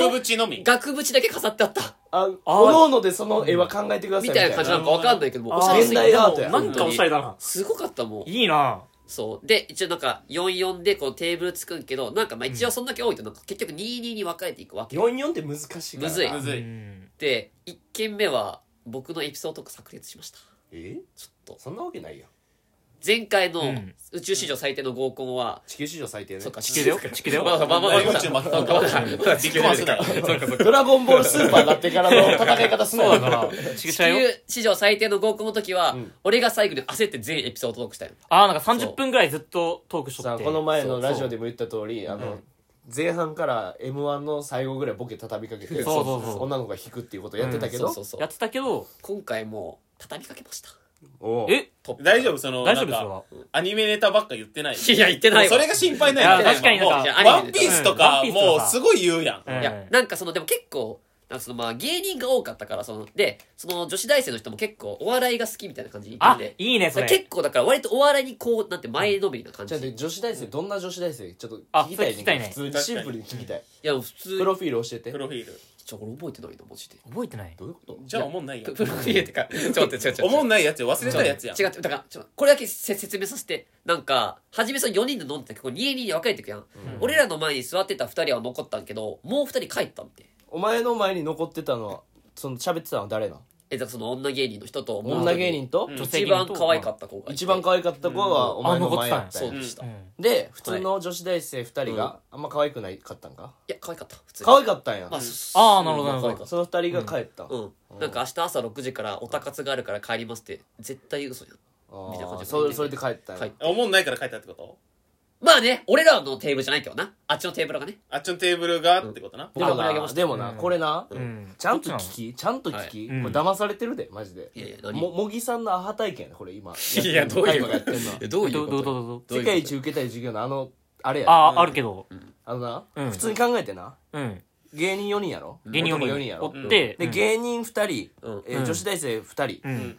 Speaker 5: 額縁のみ
Speaker 4: 額縁だけ飾ってあった
Speaker 2: あ
Speaker 3: あ
Speaker 2: おのおのでその絵は考えてくださいみ
Speaker 4: み
Speaker 2: た
Speaker 4: たい
Speaker 2: い
Speaker 4: な
Speaker 2: な
Speaker 4: 感じなんかわかんないけども
Speaker 3: あー
Speaker 4: おしゃれすぎて
Speaker 2: 現代アートや
Speaker 3: なんかおしゃれだな
Speaker 4: すごかったもん
Speaker 3: いいな
Speaker 4: そうで一応なんか44でこうテーブル作るけどなんかまあ一応そんだけ多いとなんか結局22に分かれていくわけ
Speaker 2: 44って難しいから
Speaker 4: むずい
Speaker 5: むず
Speaker 3: う
Speaker 5: い
Speaker 3: ん
Speaker 4: で1軒目は僕のエピソードトーク炸裂しました
Speaker 2: え
Speaker 4: ちょっと
Speaker 2: そんなわけないよ
Speaker 4: 前回の
Speaker 3: うん
Speaker 4: 宇宙史上最低の合コンは、
Speaker 2: 地球史上最低ね
Speaker 4: そうか
Speaker 3: 地球だよ地球だよ
Speaker 4: まあまあまあまあ
Speaker 5: 宇宙まで
Speaker 4: そうかまだまだ
Speaker 5: びっくります
Speaker 4: そ
Speaker 5: な
Speaker 4: うかそうか
Speaker 2: ドラゴンボールスーパーになってからの戦い方すな
Speaker 3: そう
Speaker 2: よ
Speaker 3: だからち
Speaker 4: 地
Speaker 3: くちゃよ
Speaker 4: 球史上最低の合コンの時は、
Speaker 2: うん
Speaker 4: 俺が最後に焦って全エピソードトークしたよ
Speaker 3: ああなんか30分ぐらいずっとトークしと
Speaker 2: さ
Speaker 3: っ
Speaker 2: あ
Speaker 3: て
Speaker 2: この前のラジオでも言った通りあの前半から m 1の最後ぐらいボケ畳みかけて
Speaker 3: そうそうそう
Speaker 2: 女の子が引くっていうことやってたけ
Speaker 4: そ
Speaker 2: ど
Speaker 4: うそうそう
Speaker 3: やってたけど
Speaker 4: 今回もう畳みかけました
Speaker 2: おう
Speaker 3: え
Speaker 4: トップ
Speaker 5: 大丈夫その
Speaker 3: 大丈夫
Speaker 5: なん
Speaker 3: です
Speaker 5: か
Speaker 3: よ
Speaker 5: アニメネタばっか言ってない
Speaker 4: いや言ってないわ
Speaker 5: それが心配ない
Speaker 3: いや確かになんか
Speaker 5: もう
Speaker 4: いやア
Speaker 5: ワ
Speaker 4: ニメ
Speaker 5: ン
Speaker 4: で
Speaker 5: ピースとか
Speaker 3: うん
Speaker 5: もうすごい言うやん
Speaker 3: うん
Speaker 4: いやなんかそのでも結構なんかそのまあ芸人が多かったからそのでその女子大生の人も結構お笑いが好きみたいな感じで言っ
Speaker 3: あ
Speaker 4: てて
Speaker 3: いいねそれ
Speaker 4: 結構だから割とお笑いにこうなんて前のめりな感
Speaker 2: じ
Speaker 4: じ、
Speaker 2: ゃあ
Speaker 4: い
Speaker 2: ね女子大生どんな女子大生ちょっと
Speaker 3: あ
Speaker 2: 聞きたい
Speaker 3: それ
Speaker 2: ね
Speaker 3: 聞きたいね
Speaker 2: 普通にシンプルに聞きたい
Speaker 4: や普通
Speaker 2: プ
Speaker 4: に
Speaker 2: ロフィール教えて
Speaker 5: プロフィール
Speaker 4: ちょ俺覚えてないなマジで
Speaker 3: 覚えてない
Speaker 2: どういうこと
Speaker 5: じゃあおもんないやん
Speaker 4: プロフィールってかちょっと待って違う違う違う
Speaker 5: おもんないやつよ忘れたやつやん
Speaker 4: 違う違うだからちょっとこれだけせ説明させてなんか初めその4人で飲んでたけど2人に分かれてくやん、俺らの前に座ってた2人は残ったんけどもう2人帰ったんで
Speaker 2: お前の前に残ってたのはその喋ってたのは誰なの
Speaker 4: えだからその女芸人の人ともう一人
Speaker 2: 女芸人と
Speaker 5: うん
Speaker 3: 女性
Speaker 4: 一
Speaker 3: 芸人
Speaker 4: 番
Speaker 3: と
Speaker 4: 可愛かった子がいて
Speaker 2: 一番可愛かった子はお前の前やった
Speaker 4: そ
Speaker 2: ん
Speaker 4: う
Speaker 2: や
Speaker 4: でした、
Speaker 3: うん
Speaker 4: い
Speaker 2: で普通の女子大生2人があんま可愛くないかったんか
Speaker 4: や可愛かった普通に
Speaker 2: 可愛かったんや
Speaker 4: まあ、
Speaker 3: あーなるほどなる
Speaker 4: 可
Speaker 3: ほど
Speaker 4: 愛かった
Speaker 2: その2人が帰った
Speaker 4: うん、なんか明日朝6時からおたかつがあるから帰りますって絶対嘘やん
Speaker 2: あー
Speaker 4: みたいな感じで
Speaker 2: それそれで帰ったん
Speaker 4: 帰っ
Speaker 2: や
Speaker 5: おもんないから書いたってこと
Speaker 4: まあね俺らのテーブルじゃないけどなあっちのテーブルがね
Speaker 5: あっちのテーブルがってことな
Speaker 2: でも
Speaker 4: 僕が盛り上げま
Speaker 2: な
Speaker 4: した
Speaker 2: でもな
Speaker 3: うん
Speaker 2: これな
Speaker 3: うん
Speaker 2: ちゃんと聞きちゃんと聞き
Speaker 3: はい
Speaker 2: これ騙されてるでマジで
Speaker 4: いやいや何
Speaker 2: ももぎさんのアハ体験やねこれ今
Speaker 4: いやどういう
Speaker 2: 今やってんのは
Speaker 4: どう
Speaker 3: どうどうどうどう
Speaker 4: どういうこと
Speaker 2: 世界一受けたい授業のあのあれや
Speaker 3: あ
Speaker 2: ね
Speaker 3: ああるけど
Speaker 2: あのな
Speaker 3: うん
Speaker 2: 普通に考えてな
Speaker 3: うん
Speaker 2: 芸人4人やろ
Speaker 3: 芸人
Speaker 2: 男
Speaker 3: 4
Speaker 2: 4人
Speaker 3: 人
Speaker 2: や
Speaker 3: お
Speaker 2: ろ
Speaker 3: って
Speaker 2: で芸人2人
Speaker 4: うん
Speaker 2: えー女子大生2
Speaker 3: う
Speaker 2: 人
Speaker 3: ん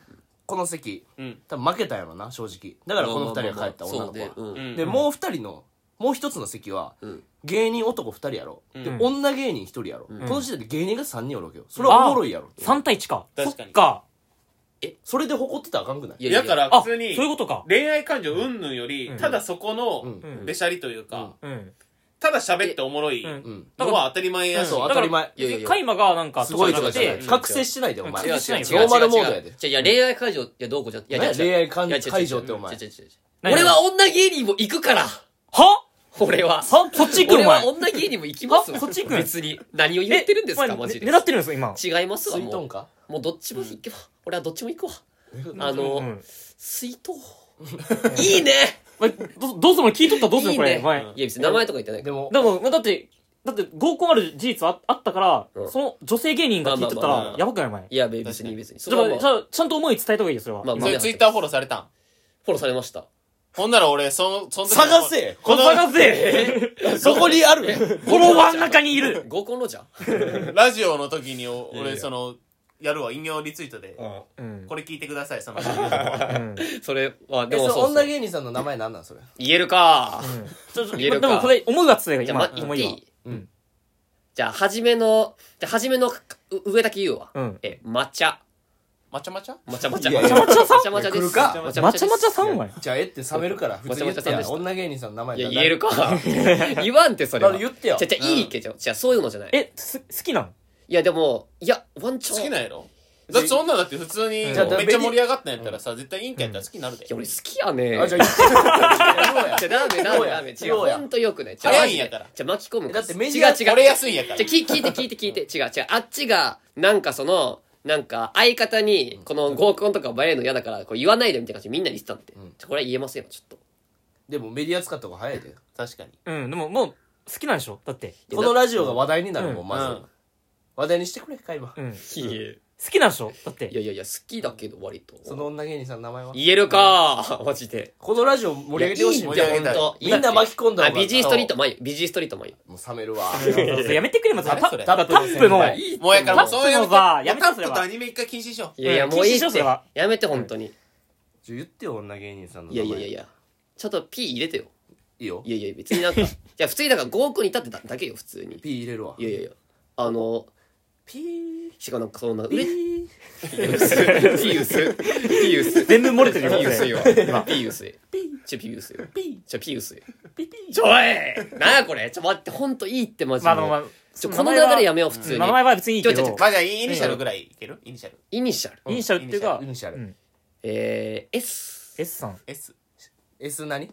Speaker 2: この席
Speaker 5: うん
Speaker 2: 多分負けたんやろな正直だからこの2人が帰った女の子は
Speaker 4: そうね、うん
Speaker 5: うん
Speaker 2: でもう2人のもう一つの席は
Speaker 4: うん
Speaker 2: 芸人男2人やろで
Speaker 3: うん
Speaker 2: 女芸人1人やろこ
Speaker 4: ん
Speaker 2: の時点で芸人が3人おるわけよそれはおもろいやろ
Speaker 3: 3対1かそ
Speaker 5: 確かに
Speaker 3: っか
Speaker 2: それで誇ってたらあかんくない
Speaker 4: い
Speaker 5: だか、ら
Speaker 3: あ
Speaker 5: 普
Speaker 3: そう
Speaker 5: 通
Speaker 3: い
Speaker 5: に
Speaker 3: うことか
Speaker 5: 恋愛感情うんぬんよりただそこの
Speaker 3: うん
Speaker 5: べしゃりというか
Speaker 3: うん
Speaker 5: ただ喋っておもろい
Speaker 3: うん
Speaker 2: うん
Speaker 5: のは当たり前やし
Speaker 2: そう
Speaker 3: だ
Speaker 2: 当
Speaker 3: か
Speaker 2: た
Speaker 3: ら
Speaker 2: り前
Speaker 4: いやいやいや
Speaker 3: カイマがなんか
Speaker 2: すごいと
Speaker 3: そう
Speaker 2: か
Speaker 3: じ
Speaker 2: じ
Speaker 3: ゃ
Speaker 2: ゃな
Speaker 3: なく
Speaker 2: い
Speaker 3: て
Speaker 2: 覚醒してないでお前
Speaker 4: い
Speaker 3: 違
Speaker 4: や
Speaker 3: う
Speaker 4: 違う違う違う
Speaker 3: ノ
Speaker 2: ーマルモードやで
Speaker 4: 違う違う恋愛会場いやどうこうじゃいや
Speaker 2: 何や
Speaker 4: 違う違う
Speaker 2: 恋愛感
Speaker 4: いや違う違う
Speaker 2: 会場ってお前
Speaker 4: 違う違う違う
Speaker 3: 何
Speaker 4: 俺は女芸人も行くから
Speaker 3: は
Speaker 4: 俺は
Speaker 3: はそっち行くんお
Speaker 4: 俺は
Speaker 3: 前
Speaker 4: 女芸人も行きますよ
Speaker 3: あそっち行くん
Speaker 4: 別に何を言ってるんです
Speaker 3: え
Speaker 4: か
Speaker 3: お
Speaker 4: マ
Speaker 3: 前
Speaker 4: ジで
Speaker 3: ね狙ってるんですよ今
Speaker 4: 違いますわ
Speaker 2: 水
Speaker 4: も
Speaker 2: 遁
Speaker 4: う
Speaker 2: か
Speaker 4: もうどっちも行けば俺はどっちも行くわあ
Speaker 3: う
Speaker 4: の
Speaker 3: ん
Speaker 4: 水筒いいね
Speaker 3: お前どどうするの聞いとったらどうする
Speaker 4: いい
Speaker 3: のこれ
Speaker 4: ね
Speaker 3: お
Speaker 4: い
Speaker 3: 前
Speaker 4: や別に名前とか言ってない
Speaker 2: でも
Speaker 3: でも、まあだって、だって合コンある事実はああったから、
Speaker 4: うん
Speaker 3: その女性芸人が聞いとった
Speaker 5: まあまあまあ
Speaker 3: ら
Speaker 5: ま、あ
Speaker 3: やばくないお前。
Speaker 4: いや別に別にそ
Speaker 3: ち
Speaker 4: れは
Speaker 3: ょ
Speaker 4: ま
Speaker 3: っとち
Speaker 4: あ
Speaker 3: ゃちゃんと思い伝えた方がいいよ、それは。
Speaker 4: まあまあ
Speaker 5: それ
Speaker 4: や
Speaker 5: ツイッターフォローされたん
Speaker 4: フォローされました
Speaker 5: ほんなら俺そその時
Speaker 2: 探せ
Speaker 5: この
Speaker 3: 探せ
Speaker 2: そこにある
Speaker 3: この真ん中にいる
Speaker 4: 合コンロジャー
Speaker 5: ラジオの時にお俺そのやるわ引用リツイートで
Speaker 3: うん。
Speaker 5: これ聞いてくださいそのい
Speaker 3: うん。
Speaker 4: それは
Speaker 2: え
Speaker 4: で
Speaker 2: そ
Speaker 4: も
Speaker 2: の
Speaker 4: そうそ
Speaker 2: 女
Speaker 4: う
Speaker 2: 芸人さんの名前なんなんそれ
Speaker 4: 言えるか
Speaker 3: ちょちょ
Speaker 4: 言える
Speaker 3: で
Speaker 4: か
Speaker 3: もこれ、思いが伝えが
Speaker 4: じゃ
Speaker 3: 今
Speaker 4: あ、ま、言
Speaker 3: 思
Speaker 4: っ
Speaker 3: い
Speaker 4: てい、
Speaker 3: はい
Speaker 4: じゃあ、初めの、じゃあ、初めのかう上だけ言うわ。
Speaker 3: うん
Speaker 4: え、抹茶。
Speaker 5: まちゃまちゃ
Speaker 4: 抹茶抹茶。
Speaker 2: いやいや
Speaker 4: 抹茶
Speaker 3: さん
Speaker 4: 抹茶抹茶で
Speaker 2: 来る
Speaker 4: す。
Speaker 2: か
Speaker 4: 抹
Speaker 3: まちゃまち
Speaker 4: で
Speaker 3: ゃ
Speaker 4: す
Speaker 3: さんは
Speaker 2: じゃあえって冷めるから普通に言ってや
Speaker 4: わちゃわちゃさんでした
Speaker 2: 女芸人さんの名前
Speaker 4: いや、
Speaker 2: 誰
Speaker 4: 言えるか。言わんって、それ
Speaker 2: だか
Speaker 4: は。
Speaker 2: ら言ってよ
Speaker 4: じゃあ、じゃあいいけど、じゃあ、そういうのじゃない。
Speaker 3: え、す、好きなの
Speaker 4: いや、でも、いや、ワンチャン。
Speaker 5: 好き
Speaker 4: い
Speaker 5: なんやろだってそんなんだって普通にめっ
Speaker 2: ん
Speaker 5: ちゃ盛り上がったんやったらさ絶対インカやったら好きになるで
Speaker 4: や、俺好きやね。
Speaker 2: あじゃあ言ってよ言って
Speaker 4: <laughs>
Speaker 2: よ
Speaker 4: じゃあ、ダメ、ダメ、ダメ。違
Speaker 2: そう
Speaker 4: う、
Speaker 2: や
Speaker 4: ほんとよくない。じゃあ、
Speaker 5: 早いんやから
Speaker 4: じゃあ、巻き込む
Speaker 2: だってメディア
Speaker 4: 違う、違う。
Speaker 5: 折れやすいんやから
Speaker 4: じゃあ、き聞いて聞いて聞いて。違う違う。あっちが、なんかその、なんか、相方に、この合コンとかバレるの嫌だから、これ言わないでみたいな感じでみんなに言ってたんで。じゃあこれは言えませんよ、ちょっと。
Speaker 2: でもメディア使った方が早いで
Speaker 5: 確かに
Speaker 3: うん、でももう、好きなんでしょだって。
Speaker 2: このラジオが話題になるも
Speaker 3: うん
Speaker 2: まず
Speaker 5: うん
Speaker 2: 話題にしてくれか今
Speaker 3: うん。
Speaker 4: いえ。
Speaker 3: 好きなんでしょだって
Speaker 4: いやいやいや、好きだけど割と。
Speaker 2: その女芸人さんの名前は
Speaker 4: 言えるか <laughs> マジで。
Speaker 2: このラジオ盛り上げてほしい
Speaker 4: い
Speaker 2: も
Speaker 4: や
Speaker 2: ん
Speaker 4: いいっ
Speaker 2: ね
Speaker 4: て本当
Speaker 2: みんな巻き込んだ
Speaker 4: あ、
Speaker 2: 方が
Speaker 4: ビジーストリート、まあいい、ビジーストリート、まあいい。
Speaker 2: もう冷めるわ
Speaker 3: そうやめてくれまずタ
Speaker 5: 誰それ
Speaker 3: タップの
Speaker 2: タッ
Speaker 5: もうやからもうそういう
Speaker 3: タップのさやめ
Speaker 5: タ
Speaker 3: たそ
Speaker 5: ップ
Speaker 3: れは
Speaker 5: とアニメ一回禁止しよう
Speaker 4: いやいや、
Speaker 3: うん
Speaker 4: もういい
Speaker 3: 禁止しよ
Speaker 4: っ
Speaker 3: うそ
Speaker 4: て
Speaker 3: れは。
Speaker 4: やめて、本当に。
Speaker 2: ちょ言ってよ女芸人さんの
Speaker 4: い
Speaker 2: 名
Speaker 4: や
Speaker 2: 前
Speaker 4: いやいやいや。ちょっと P 入れてよ。
Speaker 2: いいよ
Speaker 4: いやいや、別になんか。いや、普通にだから5億に至ってただけよ、普通に。
Speaker 2: P 入れるわ
Speaker 4: いやいやいや。あの、
Speaker 2: ピー
Speaker 4: しかもなんかそんな、うれ、ピース、ピース、ピース。
Speaker 3: 全部漏れてる
Speaker 4: ピ
Speaker 3: よ
Speaker 4: ースいわ。今ピースい。ちょ、ピースい。ちょ、ピースい。ちょ、おいなんやこれちょ、待って、ほんといいってマジで。
Speaker 3: まあでもまあ
Speaker 4: ちょ、この流れやめよう、普通に
Speaker 3: 名。前は別にいいけ
Speaker 4: ちょちょ
Speaker 3: ど
Speaker 5: まあじゃあイニシャルぐらいいけるイニシャル
Speaker 4: イニシャル。
Speaker 3: イニシャルっていうか
Speaker 2: イニシャル
Speaker 3: うん
Speaker 4: えー、S。
Speaker 3: S さん
Speaker 5: S
Speaker 2: S 何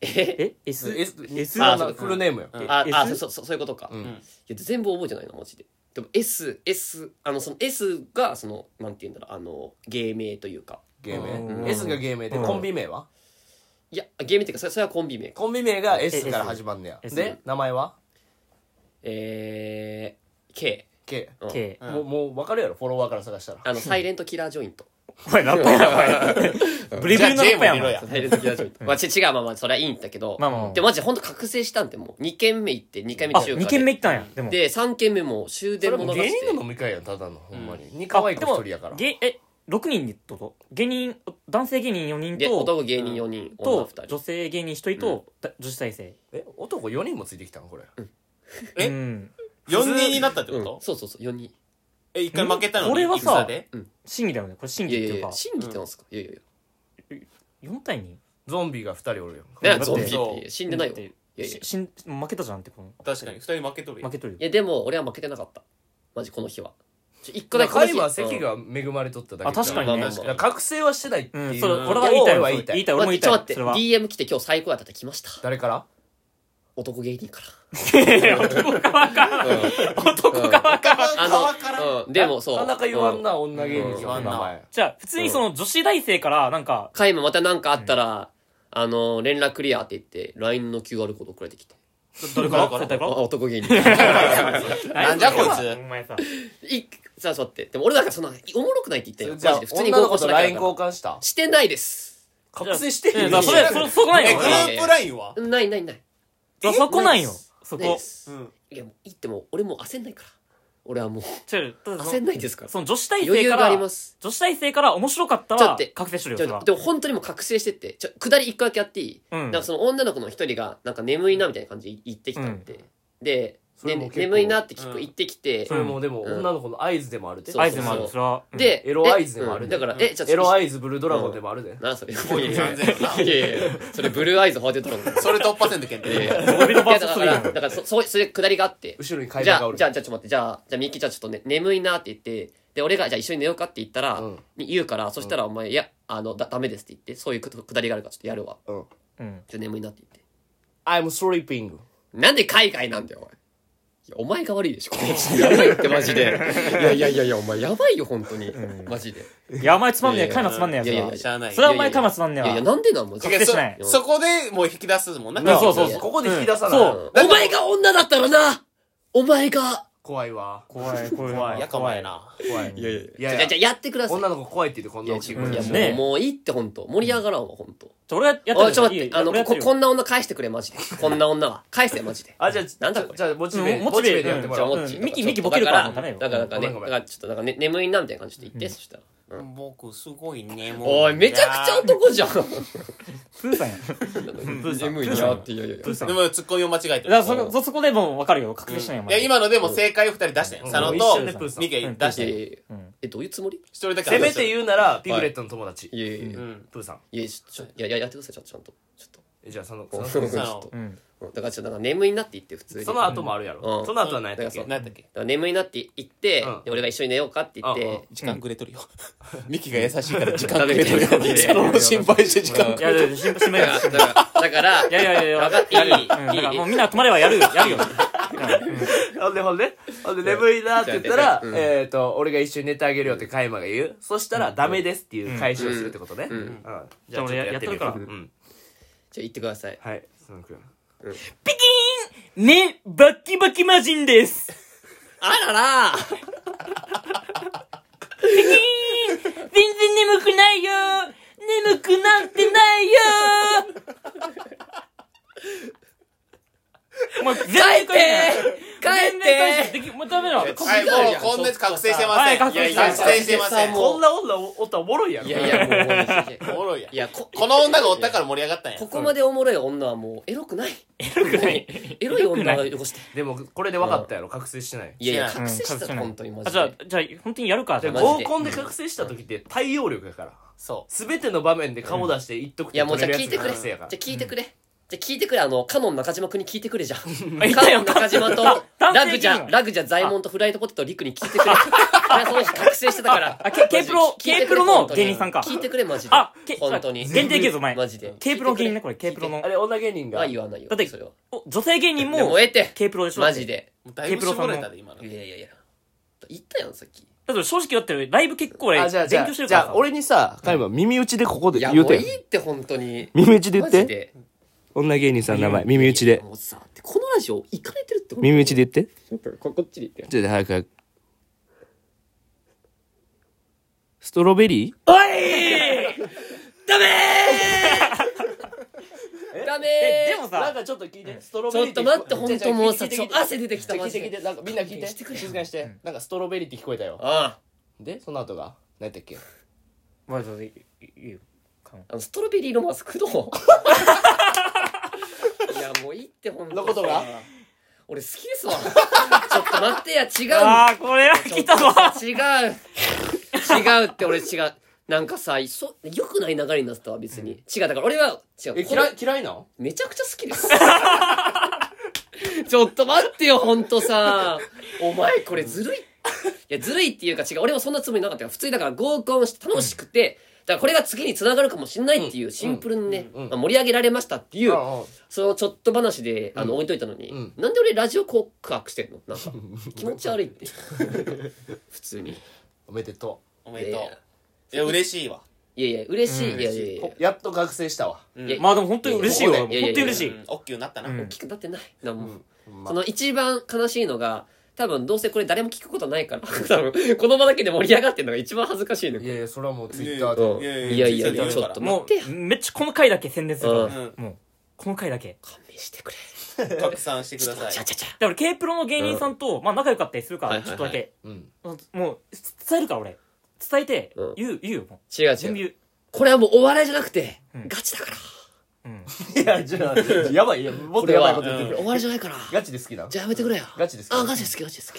Speaker 4: え
Speaker 3: え S
Speaker 2: S
Speaker 3: S
Speaker 2: あ
Speaker 4: そう
Speaker 2: フルネームよ
Speaker 5: ん
Speaker 4: あ、あ、
Speaker 3: S？
Speaker 4: そうそう、そういうことか。
Speaker 2: うん
Speaker 4: いや、全部覚えてないな、マジで。でも S、S、あの、その S が、その、なんて言うんだろう、あの、芸名というか。
Speaker 2: 芸
Speaker 3: うん
Speaker 2: 名 S が芸名で
Speaker 3: うん
Speaker 2: コンビ名はい
Speaker 4: や、芸名っていうか、それそれはコンビ名か。
Speaker 2: コンビ名が S から始まんねや
Speaker 3: S
Speaker 2: で名前は
Speaker 4: えー、K。
Speaker 2: K
Speaker 3: K
Speaker 5: うん
Speaker 2: もうもう分かるやろフォロワーから探したら
Speaker 4: あの、サイレントキラージョイン
Speaker 3: <laughs>
Speaker 4: ト。
Speaker 3: おいラッパやなお前ブリブリのラッパや
Speaker 5: じゃあ J も入れろや
Speaker 3: な
Speaker 4: サイレントキラージョイン
Speaker 3: <laughs>
Speaker 4: ト。まあ、ち違う、まあまあ、それはいいんだけど。
Speaker 3: まあまあまあ
Speaker 4: でもマジで、ほんと覚醒したんで、もう、2軒目行って、2回目
Speaker 3: あ
Speaker 4: 中華で。
Speaker 3: 二軒目行ったんやでも
Speaker 4: で、3軒目も終
Speaker 2: そ
Speaker 4: 電
Speaker 2: れ
Speaker 4: も
Speaker 2: も
Speaker 4: 逃
Speaker 2: 芸
Speaker 4: して
Speaker 2: 人の。飲み会やんただのほんまにに可愛い子一人やから
Speaker 3: でもげえ6人でってこと芸人男性芸人4人
Speaker 4: で、
Speaker 3: と
Speaker 4: 男芸人4人、女
Speaker 3: と
Speaker 4: 2人
Speaker 3: 女。性芸人1人とだ女子大生
Speaker 2: え男4人もついてきたんこれ
Speaker 5: え
Speaker 3: うん
Speaker 5: 4人になったって
Speaker 4: う
Speaker 5: こ
Speaker 4: ん
Speaker 5: と
Speaker 4: そうそうそう、4人。
Speaker 5: え一回負けたのに
Speaker 3: これはさ
Speaker 5: 戦で
Speaker 3: 審議だよねこれ審
Speaker 4: い
Speaker 3: 議
Speaker 4: や
Speaker 3: っ
Speaker 4: い
Speaker 3: て
Speaker 4: や
Speaker 3: い
Speaker 4: いう
Speaker 3: か
Speaker 4: や、審議ってなんすかいやいやいや。
Speaker 3: 4対2
Speaker 2: ゾンビが2人おるよ
Speaker 4: ね
Speaker 3: だって
Speaker 4: ゾンビって死んでないよ。
Speaker 3: だっ
Speaker 4: い
Speaker 3: て
Speaker 4: やいや
Speaker 3: ししん負けたじゃんってこの
Speaker 5: 確かに2人負けとるや
Speaker 3: 負
Speaker 5: ん
Speaker 3: けとるよ
Speaker 4: いやでも俺は負けてなかった。マジこの日は。ちょ一個だ
Speaker 2: だ
Speaker 4: け
Speaker 2: か
Speaker 4: こ
Speaker 2: らカ
Speaker 4: の
Speaker 2: イ
Speaker 4: 日
Speaker 2: は席が恵まれとっただけ
Speaker 3: あ確かにね
Speaker 4: まあまあまあ
Speaker 2: だから覚醒はしてないって
Speaker 3: う
Speaker 2: い
Speaker 3: ん
Speaker 2: う
Speaker 3: それ
Speaker 2: のを
Speaker 3: 俺は言いたい
Speaker 2: 俺
Speaker 3: わ
Speaker 2: は
Speaker 3: 言
Speaker 2: 言い
Speaker 3: い
Speaker 2: たい
Speaker 3: たい俺も
Speaker 4: 待
Speaker 3: 言
Speaker 4: っ
Speaker 3: い
Speaker 4: てちょ
Speaker 3: た
Speaker 4: っと
Speaker 3: い
Speaker 4: 待っ
Speaker 3: それは
Speaker 4: て、DM 来て今日最高やったって来ました。
Speaker 2: 誰から
Speaker 4: 男芸人から。
Speaker 3: 男が分か
Speaker 4: あの、うん、でもそう。
Speaker 2: なかなか言わん
Speaker 4: う。
Speaker 2: な女芸人さんの名前
Speaker 3: <laughs> じゃあ普通にその女子大生からなんか
Speaker 4: カイもまたなんかあったら、あの、連絡クリアって言って、LINE の QR コード送られてきて。
Speaker 3: どれからそれ誰
Speaker 4: あ、
Speaker 3: か
Speaker 4: 男芸人。
Speaker 3: ら
Speaker 5: なんじゃこいつ
Speaker 3: お前さ
Speaker 4: いさあ、そうって。でも俺なんかそんな、おもろくないって言った
Speaker 2: じ
Speaker 4: よ。
Speaker 2: ゃ
Speaker 4: マ
Speaker 2: あ
Speaker 4: ジで。普通に
Speaker 2: 女の子
Speaker 4: 合コンし
Speaker 2: と
Speaker 4: なきゃ
Speaker 2: LINE
Speaker 4: だ
Speaker 2: 交
Speaker 4: か
Speaker 2: 換した
Speaker 4: ら。してないです。
Speaker 2: 覚醒して
Speaker 3: いや
Speaker 2: る
Speaker 3: だからそれそそこない
Speaker 5: え
Speaker 3: よ
Speaker 5: グ
Speaker 3: だか
Speaker 5: ループラインは
Speaker 4: ないないない。
Speaker 3: らそこないよそ
Speaker 4: ないで
Speaker 3: こ
Speaker 4: す
Speaker 5: う。ん
Speaker 4: いや、もういいってもう、俺もう焦んないから。俺はもう、
Speaker 3: ちょただそ
Speaker 4: 焦んな
Speaker 3: の
Speaker 4: いですから。
Speaker 3: その女子大
Speaker 4: 余
Speaker 3: 生
Speaker 4: 裕
Speaker 3: か
Speaker 4: があ
Speaker 3: ら
Speaker 4: ります。
Speaker 3: 女子大生から面白かった
Speaker 4: ちょっと
Speaker 3: ら
Speaker 4: 待って
Speaker 3: 確定してるよ
Speaker 4: ち
Speaker 3: それ
Speaker 4: ょ
Speaker 3: は
Speaker 4: でも本当にもう覚醒してって、ちょ、下り一個だけやっていい、
Speaker 3: うん
Speaker 4: なんかその女の子の一人が、なんか眠いなみたいな感じで言ってきたって。で、
Speaker 2: それ
Speaker 4: ね
Speaker 2: も結構
Speaker 4: 眠いなって聞く、言ってきて、
Speaker 2: それもでも
Speaker 4: うん
Speaker 2: 女の子の合図でもあるって
Speaker 4: そう
Speaker 3: 合
Speaker 4: そう
Speaker 3: 図
Speaker 4: そう
Speaker 3: もあるそれはうん
Speaker 4: で、
Speaker 2: エロ合図でもある
Speaker 4: えうん
Speaker 2: ね
Speaker 4: だから、え、じゃあ
Speaker 2: エロ合図ブルードラゴンでもあるで
Speaker 4: なあ
Speaker 2: <laughs>
Speaker 4: それ。い
Speaker 5: もういい
Speaker 4: や
Speaker 5: 完
Speaker 4: い
Speaker 5: 全やな
Speaker 4: やいや、それブルーアイズホワイトドラ
Speaker 2: <laughs>
Speaker 4: ゴン。
Speaker 5: それ突破せんとけ
Speaker 3: <laughs>
Speaker 5: ん
Speaker 4: いやい
Speaker 5: て
Speaker 4: や
Speaker 3: ドビドバー
Speaker 4: だ
Speaker 3: ス
Speaker 4: か
Speaker 3: するや
Speaker 4: ら、
Speaker 3: ん
Speaker 4: だからそ、そう、それ下りがあって。
Speaker 2: 後ろに階
Speaker 4: じ
Speaker 2: 段
Speaker 4: ゃ
Speaker 2: が
Speaker 4: あ
Speaker 2: お、る
Speaker 4: じゃあ、じゃあ、ちょっと待って、じゃあ、じゃあ、ミキちゃんちょっとね、眠いなって言って、で、俺が、じゃあ一緒に寝ようかって言ったら、
Speaker 2: うん
Speaker 4: に言うから、そしたらお前、いや、あの、だ、ダメですって言って、そういうくくだりがあるから、ちょっとやるわ。
Speaker 2: うん
Speaker 3: うん
Speaker 4: ちょっと眠いなって言って。
Speaker 2: I'm sleeping
Speaker 4: なんで海外なんだよ、おい。いやお前が悪いでしょ、これ。やばいって、マジで。いやいやいやいや、お前、やばいよ、本当に。マジで。
Speaker 3: いやお前つまんねえ
Speaker 4: いやいや
Speaker 3: カイマつまんねえや
Speaker 4: い
Speaker 3: そ
Speaker 4: やい
Speaker 3: れ
Speaker 4: や
Speaker 3: はい
Speaker 4: や
Speaker 5: しゃあない
Speaker 3: それはお前カイマつまん
Speaker 4: い
Speaker 3: ねえ
Speaker 4: やいや、
Speaker 3: わ
Speaker 4: なんでなん、マジ
Speaker 3: 確定
Speaker 4: で。
Speaker 3: しない
Speaker 5: そそこでもう引き出すもんな
Speaker 3: うんそう
Speaker 4: いやい
Speaker 3: そうそう
Speaker 4: や
Speaker 2: ここで引き出さない
Speaker 3: うんそう
Speaker 4: お前が女だったらなお前が
Speaker 2: 怖いわ
Speaker 3: 怖い怖い
Speaker 2: 怖い
Speaker 5: やかまやな
Speaker 2: 怖い
Speaker 4: いやいや
Speaker 2: いやい
Speaker 4: じゃ
Speaker 2: や
Speaker 4: あじゃあやってください。
Speaker 2: 女の子怖いって言ってこん
Speaker 4: い
Speaker 2: な
Speaker 4: や、
Speaker 2: 大
Speaker 4: い
Speaker 2: きい
Speaker 4: や
Speaker 2: 声で
Speaker 4: いやもう、
Speaker 3: ね
Speaker 4: もういいって、本当盛り上がらんわ、本当
Speaker 3: じゃあ俺はやった
Speaker 4: お
Speaker 3: ら
Speaker 4: い、ちょっと待って、あの、こ、こ
Speaker 3: ん
Speaker 4: んな女返してくれ、マジで。こんな女は。返せ、マジで。
Speaker 2: あじゃあちょ
Speaker 4: なんだこれ
Speaker 2: じゃあモチ
Speaker 3: う
Speaker 2: ベ
Speaker 3: ん
Speaker 2: モ
Speaker 3: モ
Speaker 2: チ
Speaker 3: チベ
Speaker 2: ベでやってもらおう
Speaker 3: うん
Speaker 4: ちょっと
Speaker 3: ミキミキボケるからもうダメよ
Speaker 4: だから、だからね、
Speaker 2: ごめんご
Speaker 4: だ
Speaker 2: めん
Speaker 4: からちょっとなんかね、眠いな、みたいな感じで言って、そしたら。
Speaker 5: 僕すごいねもう
Speaker 4: おい、めちゃくちゃ男じゃん。
Speaker 3: プーさんやん
Speaker 4: 眠いなって、いやいやいや。
Speaker 5: でもツッコミを間違えて
Speaker 3: だ
Speaker 5: る
Speaker 3: からそこそこでもう分かるよ確定しないよお
Speaker 5: い
Speaker 3: 前
Speaker 5: や今のでも正解を2人出したよ
Speaker 2: うん
Speaker 5: 佐
Speaker 2: も
Speaker 5: 野
Speaker 2: う一
Speaker 5: と
Speaker 2: 瞬でプーさん
Speaker 5: ミケ出し
Speaker 4: い
Speaker 5: た
Speaker 4: やい
Speaker 5: よ
Speaker 4: やいや
Speaker 3: うん
Speaker 4: え、どういうつもり
Speaker 5: 一人だけ
Speaker 2: せめて
Speaker 5: う
Speaker 2: 言うならピグレットの友達
Speaker 4: いやいやいや
Speaker 5: う。ん
Speaker 2: プーさん
Speaker 4: いや、ちょ、ちょ、いやいや、やってください、ちゃんとちゃんと。ちょっと。
Speaker 2: えじゃあその
Speaker 4: こう
Speaker 2: その
Speaker 5: そう
Speaker 4: ちょっと
Speaker 3: うん
Speaker 4: うんだからちょっとなんか眠いなって言って、普通に。
Speaker 2: その後もあるやろ、
Speaker 4: うん
Speaker 2: その後は何やったっ
Speaker 4: う
Speaker 2: け
Speaker 4: ん
Speaker 5: 何やったっけ
Speaker 4: だから眠いなって言って、
Speaker 2: うん
Speaker 4: で俺が一緒に寝ようかって言って、
Speaker 2: うんうん
Speaker 5: 時間くれとるよ <laughs> ミキが優しいから時間
Speaker 4: 間く
Speaker 5: く
Speaker 4: れ
Speaker 5: れと
Speaker 4: とる
Speaker 5: る
Speaker 4: よ
Speaker 5: よ佐野の心配して時間
Speaker 3: い
Speaker 5: くれ
Speaker 3: やいやいや心配心
Speaker 4: だ
Speaker 3: 配
Speaker 4: から、だ
Speaker 3: <laughs>
Speaker 4: から、だから、
Speaker 3: いやいやいやいや
Speaker 4: わかっていい
Speaker 3: やるうんだからもうみんな止まればやるよやるよ
Speaker 2: <laughs> ほんでほんでほんで眠いなって言ったら、
Speaker 4: うん
Speaker 2: えっ、と俺が一緒に寝てあげるよってカイマが言うそしたら、ダメですっていう返しをするってことね、うん
Speaker 4: ん
Speaker 2: じゃあちょっとやってみよう
Speaker 3: じゃあ俺ややって
Speaker 2: う
Speaker 3: る
Speaker 2: ん、
Speaker 4: じゃあ言ってください。
Speaker 2: はいそのくらい
Speaker 3: ピキーンねバッキバキ魔人です
Speaker 4: あらら
Speaker 3: 全然眠くないよ眠くなってないよお前、全然返
Speaker 4: 帰
Speaker 3: 全然返してできもうダメだ
Speaker 5: い、もう今月覚醒してま
Speaker 3: は
Speaker 5: せ
Speaker 3: い
Speaker 5: ん。
Speaker 3: 覚醒してません
Speaker 5: 覚醒してません。
Speaker 4: もう
Speaker 2: こんな女おったらおもろいやろ
Speaker 4: いやいや、もうもういい
Speaker 5: おもろいや
Speaker 4: い。や、
Speaker 3: <laughs>
Speaker 4: こ、
Speaker 5: この女がおったから盛り上がったんや。
Speaker 4: ここまでおもろい女はもう、エロくない。エロくない。エロい女を
Speaker 3: <laughs>
Speaker 4: 汚して。
Speaker 2: <laughs> でもこれで分かったやろ覚醒してない
Speaker 4: いやいや、
Speaker 5: うん
Speaker 4: 覚醒した
Speaker 3: う
Speaker 4: ら
Speaker 3: ん
Speaker 4: 本当にマ
Speaker 3: あ、
Speaker 4: ジ
Speaker 3: じゃあ
Speaker 4: で。、
Speaker 3: じゃあ、本当にやるか。じ
Speaker 2: で
Speaker 3: ゃあ
Speaker 4: マ
Speaker 3: マ
Speaker 4: ジ
Speaker 3: ジ
Speaker 2: 合
Speaker 4: で
Speaker 2: コンで覚醒した時って対応力やから
Speaker 5: そ
Speaker 2: 全ての場面で顔出して言っとく
Speaker 4: いや、もうじゃあ聞いてくれ。
Speaker 2: 覚醒
Speaker 4: じ
Speaker 2: や
Speaker 4: ゃ
Speaker 2: か
Speaker 4: あ
Speaker 2: ら
Speaker 4: 聞いてくれ。じゃあ聞いてくれ。あの、カノン中島くんに聞いてくれじゃん。
Speaker 3: <laughs> い
Speaker 4: カ
Speaker 3: たよ
Speaker 4: ノン中島と、
Speaker 3: た
Speaker 4: ラグジ
Speaker 3: た
Speaker 4: ャ、ラグジャ、ザイモンとフライドポテトリクに聞いてくれ。俺はその日覚醒してたから。
Speaker 3: あケケープロ
Speaker 4: マジで聞いて
Speaker 3: ケー
Speaker 4: く
Speaker 3: プ
Speaker 4: れ
Speaker 3: ロの
Speaker 4: 本当に
Speaker 3: 芸人さんか
Speaker 4: 聞いてくれ、マジで。
Speaker 3: あ、け、
Speaker 4: 本当に。
Speaker 3: 限定ゲーズお前。
Speaker 4: マジで。
Speaker 3: ケープロ芸人ね、これ、ケープロの
Speaker 2: あ。れ女芸人が
Speaker 4: は言わないよ。
Speaker 3: だって
Speaker 4: それは。
Speaker 3: お女性芸人
Speaker 4: で
Speaker 3: も
Speaker 4: も、ええって。
Speaker 3: ケープロでしょ
Speaker 4: マジ。で。
Speaker 5: う。だいぶ絞れたで、今の
Speaker 4: い。やいやいや。言ったやん、さっき。
Speaker 3: だって正直だって、ライブ結構俺、
Speaker 2: あ
Speaker 3: 勉
Speaker 2: じゃあじゃあ
Speaker 3: 強してる
Speaker 2: じ
Speaker 3: から
Speaker 2: ゃ
Speaker 3: さ
Speaker 2: あ。俺にさ彼は耳打ちでここで
Speaker 4: いや、
Speaker 2: 言
Speaker 4: も
Speaker 2: う
Speaker 4: う
Speaker 2: て
Speaker 4: い
Speaker 2: よ
Speaker 4: いって、本当に。
Speaker 2: 耳打ちで言
Speaker 4: マ
Speaker 2: っ
Speaker 4: ジ
Speaker 2: て
Speaker 4: で。
Speaker 2: 女芸人さんの名前耳打ち
Speaker 4: いや
Speaker 2: で
Speaker 4: もうさ、このラジオ、行かれてるってこと
Speaker 2: 耳打ちで言って
Speaker 4: ここっちで言って。
Speaker 2: ちょっと早く早くストロベリー
Speaker 3: おい
Speaker 4: ダメーダ
Speaker 3: え
Speaker 4: メ
Speaker 3: でもさ、
Speaker 2: かちょっと聞いてストロ
Speaker 4: ーちょっと待って、本当もうさ、ちょ汗出てきた、マ
Speaker 2: 聞い
Speaker 4: ジ
Speaker 2: て聞いて
Speaker 4: で。
Speaker 2: なんかみんな聞いて
Speaker 4: してくれ
Speaker 2: 静かにしてなんかストロベリーって聞こえたよ
Speaker 4: ああ。
Speaker 2: でその後が何やったっけ
Speaker 3: まあ、そういいよ。
Speaker 4: あの、ストロベリーのマスクどう <laughs> いや、もういいって、ほんと。
Speaker 2: のことが
Speaker 4: 俺好きですわ。ちょっと待ってや、違う
Speaker 3: ああ、これは来たわ。
Speaker 4: 違う。違うって、俺違う。なんかさ、そ、良くない流れになってたわ、別に。違う、だから俺は、違う。
Speaker 2: え
Speaker 4: これ
Speaker 2: 嫌い嫌いなん
Speaker 4: めちゃくちゃ好きです。 <laughs> ちょっと待ってよ、ほんとさ。お前、これずるい。いや、ずるいっていうか違う。俺もそんなつもりなかったよ。普通にだから合コンして楽しくて、だからこれが次に繋がるかもしんないっていう、シンプルにね、まあ盛り上げられましたっていう、そのちょっと話で、あの、置いといたのに、
Speaker 2: うん
Speaker 4: なんで俺ラジオ告白してんのなんか、気持ち悪いって。普通に。
Speaker 2: おめでと
Speaker 5: おめでとう。いや、嬉しいわ。
Speaker 4: いやいや、嬉しい。
Speaker 3: うん
Speaker 4: いやいやいうや
Speaker 2: お。やっと覚醒したわ
Speaker 5: うん
Speaker 4: いや
Speaker 3: <laughs> まあでも本当に嬉しいよ。
Speaker 2: いや
Speaker 3: 本
Speaker 4: い
Speaker 3: 当
Speaker 4: や
Speaker 3: に
Speaker 4: いや
Speaker 3: 嬉し
Speaker 5: う
Speaker 3: い
Speaker 5: ん。おっきくなったな。
Speaker 3: うん
Speaker 4: 大きくなってない。なんも
Speaker 2: うん
Speaker 4: その一番悲しいのが、多分どうせこれ誰も聞くことないから、 <laughs> 多分この場だけで盛り上がってるのが一番恥ずかしいの
Speaker 2: い
Speaker 4: よ。
Speaker 2: やいやそれはもうツイ
Speaker 5: ね
Speaker 2: ッター
Speaker 4: う
Speaker 2: で
Speaker 4: ん
Speaker 5: いやいや
Speaker 4: いやいや
Speaker 5: ツイッ
Speaker 4: ちょ
Speaker 5: ターで
Speaker 4: っと
Speaker 5: うん
Speaker 4: 待
Speaker 3: も
Speaker 4: ってよ。
Speaker 3: う、めっちゃこの回だけ宣伝する
Speaker 4: う
Speaker 3: か
Speaker 5: うん。
Speaker 3: ら。もう、この回だけ。
Speaker 4: 勘弁してくれ。
Speaker 5: 拡散してください
Speaker 4: ちゃ。ちゃちゃ。
Speaker 3: で、俺、K プロの芸人さんと、まあ仲良かったりするか
Speaker 4: はい
Speaker 3: ら、
Speaker 4: はい
Speaker 3: ち
Speaker 4: はい
Speaker 3: ょっとだけ。
Speaker 2: うん
Speaker 3: もう、伝えるから俺。伝えて
Speaker 4: うん、
Speaker 3: 言う、言うよ。もう
Speaker 4: 違う
Speaker 3: 全部
Speaker 4: 違う。
Speaker 3: 言う。
Speaker 4: これはもうお笑いじゃなくて、
Speaker 3: うん
Speaker 4: ガチだから。
Speaker 3: うん。
Speaker 2: いやじゃあやばいいやもっ
Speaker 4: ことれ
Speaker 2: やばい
Speaker 4: は
Speaker 2: こと言ってるよ
Speaker 4: お笑いじゃないから。
Speaker 2: ガチで好きなの
Speaker 4: じゃあやめてくれよ。
Speaker 2: ガチですか
Speaker 4: あ、ガチです、ガチです。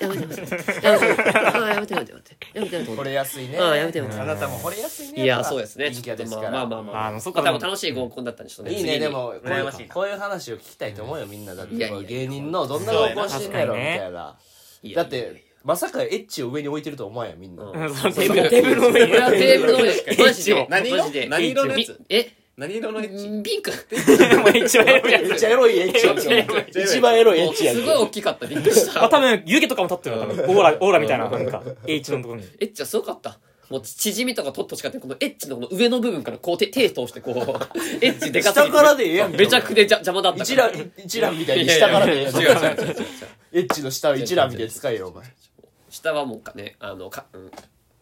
Speaker 4: やめて、やめて。やめて、あやめて、やめて、やめて。やめて、やめて
Speaker 2: 惚。れやすいね
Speaker 4: あやめてやめて
Speaker 2: あなたも惚れやすいね
Speaker 4: いや、
Speaker 2: っぱ
Speaker 4: そうですね。
Speaker 2: 陰
Speaker 4: ち
Speaker 2: キ
Speaker 4: ょ
Speaker 2: ャ
Speaker 4: っと
Speaker 2: です
Speaker 4: ま
Speaker 2: か
Speaker 4: あ
Speaker 2: ら
Speaker 4: まあまあまあ。
Speaker 3: あのそっ
Speaker 4: ま
Speaker 3: か
Speaker 4: あ多分楽しい合コンだったんでしょうね。
Speaker 2: いい
Speaker 4: 次
Speaker 2: ね
Speaker 4: に
Speaker 2: で。もこう
Speaker 5: 羨ましいな
Speaker 2: こういう話を聞きたいと思うよみんなだっ
Speaker 4: い
Speaker 2: て
Speaker 4: やいや
Speaker 2: こう芸人のどんな合コンしてんだろみたいない
Speaker 4: や
Speaker 2: だっ、てまさかエッチを上に置いてると思わんやみんな
Speaker 4: うん
Speaker 3: うんそうテーブルテーブルの上に
Speaker 4: いやテーブルの上で、マジで。
Speaker 5: 何色
Speaker 4: マジで
Speaker 5: 何色のやつ
Speaker 4: びえ
Speaker 5: 何色のエッチ
Speaker 4: ピンク。
Speaker 3: もう一応やるや
Speaker 2: めっ
Speaker 3: つ
Speaker 2: ちゃエロいエッチやんけ一番エロいエッチやん
Speaker 4: す
Speaker 2: け
Speaker 4: ごい大きかった。びっくりし
Speaker 3: まあ
Speaker 4: た。
Speaker 3: 多分、湯気とかも立ってるわ、多分。オーラ、オーラみたいな、なんか、H のところに。
Speaker 4: エッチはすごかった。もう縮みとか取っとしかって、このエッチのこの上の部分からこう手、手通してこう、エッチでかすぎ
Speaker 2: 下
Speaker 4: て
Speaker 2: からでええやんけ
Speaker 4: めちゃくちゃ邪魔だった
Speaker 2: 一
Speaker 4: から。
Speaker 2: 覧一覧みたい
Speaker 4: い
Speaker 2: に
Speaker 4: やい
Speaker 2: 下
Speaker 4: や
Speaker 2: からでええやんけ
Speaker 4: 違う違う違う違う。
Speaker 2: エッチの下を一覧みたいに使えよお前
Speaker 4: 下はもうかね、あの、か、うん。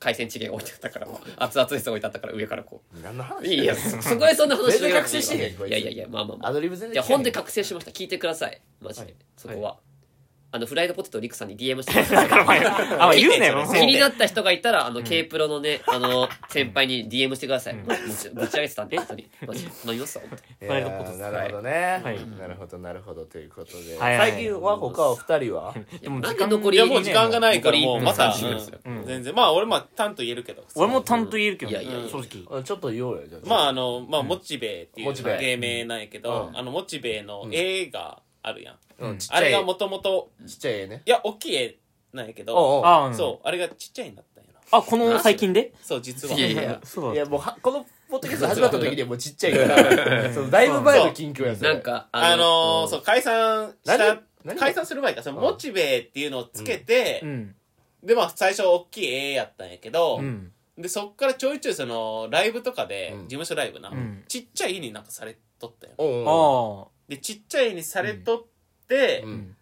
Speaker 4: 海鮮チゲが置いてあったから、もう熱々です置いてあったから上からこ
Speaker 2: 何の
Speaker 4: う。
Speaker 2: 話
Speaker 4: いやいや、そそこへそんな話
Speaker 2: 全然覚醒してへんこいつ
Speaker 4: いやいやいや、まあまあまあ
Speaker 2: ア。ドリブ全
Speaker 4: い
Speaker 2: 然
Speaker 4: や、
Speaker 2: 聞かへん
Speaker 4: 本で覚醒しました。聞いてください。マジで。
Speaker 3: はい
Speaker 4: そこは。あの、フライドポテトリクさんに DM してください。
Speaker 3: あ、言うねよ、もう
Speaker 4: 気になった人がいたら、あの、K プロのね、あの、先輩に DM してください。もうぶちぶち上げてたんで、本当に。マジで飲みますわ、本当に
Speaker 2: い
Speaker 3: フ
Speaker 2: や
Speaker 3: ライドポテト
Speaker 2: ーなるほどね、
Speaker 3: はい
Speaker 2: なるほどなるほどということで、
Speaker 3: はいはい
Speaker 2: 最近は他は二人は
Speaker 3: でも
Speaker 4: なんで残
Speaker 5: い
Speaker 4: り
Speaker 5: や、もう時間がないから、
Speaker 4: 残り
Speaker 5: もうまた、
Speaker 4: 残り一分ですよ
Speaker 5: うん全然。まあ、俺、まあ、単と言えるけど。
Speaker 3: 俺も担当言えるけど
Speaker 4: いやいやい
Speaker 3: ね、
Speaker 4: や
Speaker 3: 正直。
Speaker 2: あちょっと言おうよじゃ
Speaker 5: まあ、あ
Speaker 2: あ
Speaker 5: の、まあ、モチベってい
Speaker 2: モ
Speaker 5: う
Speaker 2: チベ
Speaker 5: 芸名なんやけど、あの、モチベの絵があるやん。
Speaker 2: うんちっちゃ
Speaker 5: あ
Speaker 2: い
Speaker 5: れがもともと、
Speaker 2: ちっちゃい絵ね
Speaker 5: いや、大きい絵なんやけ
Speaker 2: おう
Speaker 5: ど、
Speaker 2: おう
Speaker 3: あ、うん
Speaker 5: そう、あれがちっちゃいになったんやな。
Speaker 3: あ、この最近で
Speaker 5: そう、実は。
Speaker 4: いやいや、
Speaker 3: そう
Speaker 2: い
Speaker 3: だ。
Speaker 2: やもうはこのポッドキャスト始まった時にはもうちっちゃいからそのだいぶ前の近況やそれ
Speaker 4: なんか、
Speaker 5: あのー、そう、解散した
Speaker 2: 何何、
Speaker 5: 解散する前か、その、モチベっていうのをつけて
Speaker 3: う、ん。
Speaker 5: で、まあ、最初、大きい絵やったんやけど
Speaker 3: う、ん。
Speaker 5: で、そっからちょいちょい、その、ライブとかで
Speaker 2: うん、
Speaker 5: 事務所ライブな
Speaker 3: うん、
Speaker 5: ちっちゃい絵になんかされとったよ。
Speaker 2: おう
Speaker 3: あ
Speaker 2: おう
Speaker 3: あ。
Speaker 5: で、ちっちゃい絵にされとって
Speaker 2: う、ん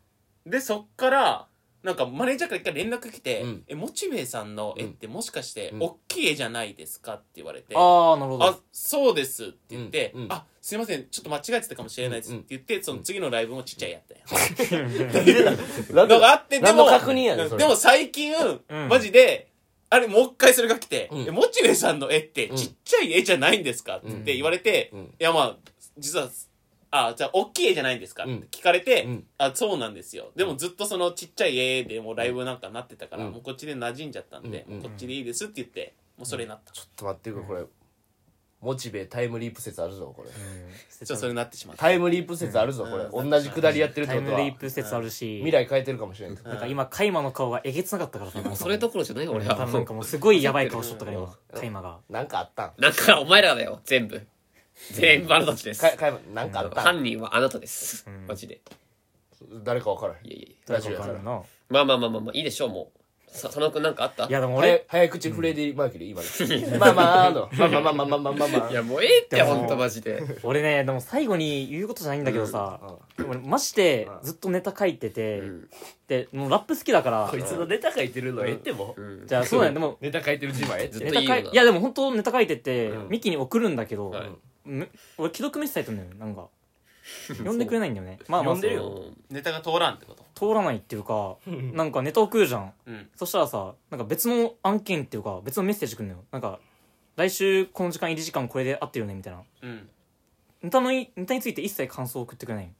Speaker 5: で、そっから、なんかマネージャーから一回連絡来て
Speaker 2: うん
Speaker 5: 「えモチベイさんの絵ってもしかして
Speaker 2: うん
Speaker 5: 大きい絵じゃないですか?」って言われて
Speaker 3: ああ、なるほ
Speaker 5: あ
Speaker 3: ど。、
Speaker 5: そうですって言って、
Speaker 2: うんうん
Speaker 5: あ、すいません、ちょっと間違えてたかもしれないですって言って、その次のライブもちっちゃいやったよ。
Speaker 2: なん
Speaker 5: の
Speaker 2: で
Speaker 5: があって、で
Speaker 2: 何の
Speaker 5: も、
Speaker 2: 確認やねんそれ
Speaker 5: でも最近、
Speaker 3: うん
Speaker 5: マジで、あれ、もう一回それが来て、
Speaker 2: うん
Speaker 5: えモチベさんの絵ってちっちゃい絵じゃないんですかって言って言われて、
Speaker 2: うん
Speaker 5: いや、まあ、実は、あ、じゃあ、大きい絵じゃないんですかって聞かれて、
Speaker 2: うん
Speaker 5: あ、そうなんですよ。でもずっとそのちっちゃい絵でもうライブなんかなってたから、
Speaker 2: うん
Speaker 5: もうこっちで馴染んじゃったんで、
Speaker 2: うん
Speaker 5: もうこっちでいいですって言って、もうそれになった。
Speaker 2: ちょっと待ってくれこれモチベタイムリープ説あるぞこれ
Speaker 5: ちょっとそれになってしまった。
Speaker 2: タイムリープ説あるぞこれ同じくだりやってるっ
Speaker 3: タ
Speaker 2: て
Speaker 3: イ
Speaker 2: こと
Speaker 3: ムリー
Speaker 2: は
Speaker 3: プ説あるし、
Speaker 2: 未来変えてるかもしれんけど
Speaker 3: なんか今、カイマの顔がえげつなかったからさ、なんか
Speaker 4: それどころじゃないよ俺
Speaker 3: 多
Speaker 4: は
Speaker 3: 分なんかもうすごいやばい顔しとったから今、カイマが。
Speaker 2: なんかあったん
Speaker 4: なんかお前らだよ全部全部あなたたちです
Speaker 2: かかなんかあったん
Speaker 4: 犯人はあなたですマジで
Speaker 2: 誰か分からへん
Speaker 4: いやいやいや
Speaker 2: ラジオや
Speaker 3: わ
Speaker 2: か
Speaker 3: からるな。
Speaker 4: まあまあまあまあまあいいでしょうもうさ佐野くんなんかあった
Speaker 3: いやでも俺
Speaker 2: 俺、早口フレディ・マーキュリー今 <laughs> のまあまああのまあまあまあまあまあまあまあまあ
Speaker 4: いやもうええって
Speaker 3: でも
Speaker 4: ほんとマジで
Speaker 3: 俺ね、でも最後に言うことじゃないんだけどさ、
Speaker 2: <laughs>
Speaker 3: 俺マジでずっとネタ書いてて、で、もうラップ好きだから、
Speaker 2: いつのネタ書いてるのええっても
Speaker 4: うん
Speaker 3: じゃあ <laughs> そうだね、でも、
Speaker 2: ネタ書いてる自慢ええっ
Speaker 4: ず
Speaker 2: て
Speaker 4: っ
Speaker 3: ネ
Speaker 4: と
Speaker 3: タ
Speaker 4: いい
Speaker 3: 書い
Speaker 4: よない
Speaker 3: やでも本当ネタ書いてて、ミキに送るんだけど、
Speaker 4: はい
Speaker 3: む俺既読メッセージ入ってんだよなんか呼んでくれないんだよねまあまあ
Speaker 2: 呼んでるよ
Speaker 4: う
Speaker 5: ネタが通らんってこと
Speaker 3: 通らないっていうかなんかネタ送るじゃん
Speaker 5: うん。
Speaker 3: そしたらさなんか別の案件っていうか別のメッセージくんのよなんか来週この時間入り時間これで合ってるよねみたいな
Speaker 5: うん。
Speaker 3: ネタのいネタについて一切感想を送ってくれないの、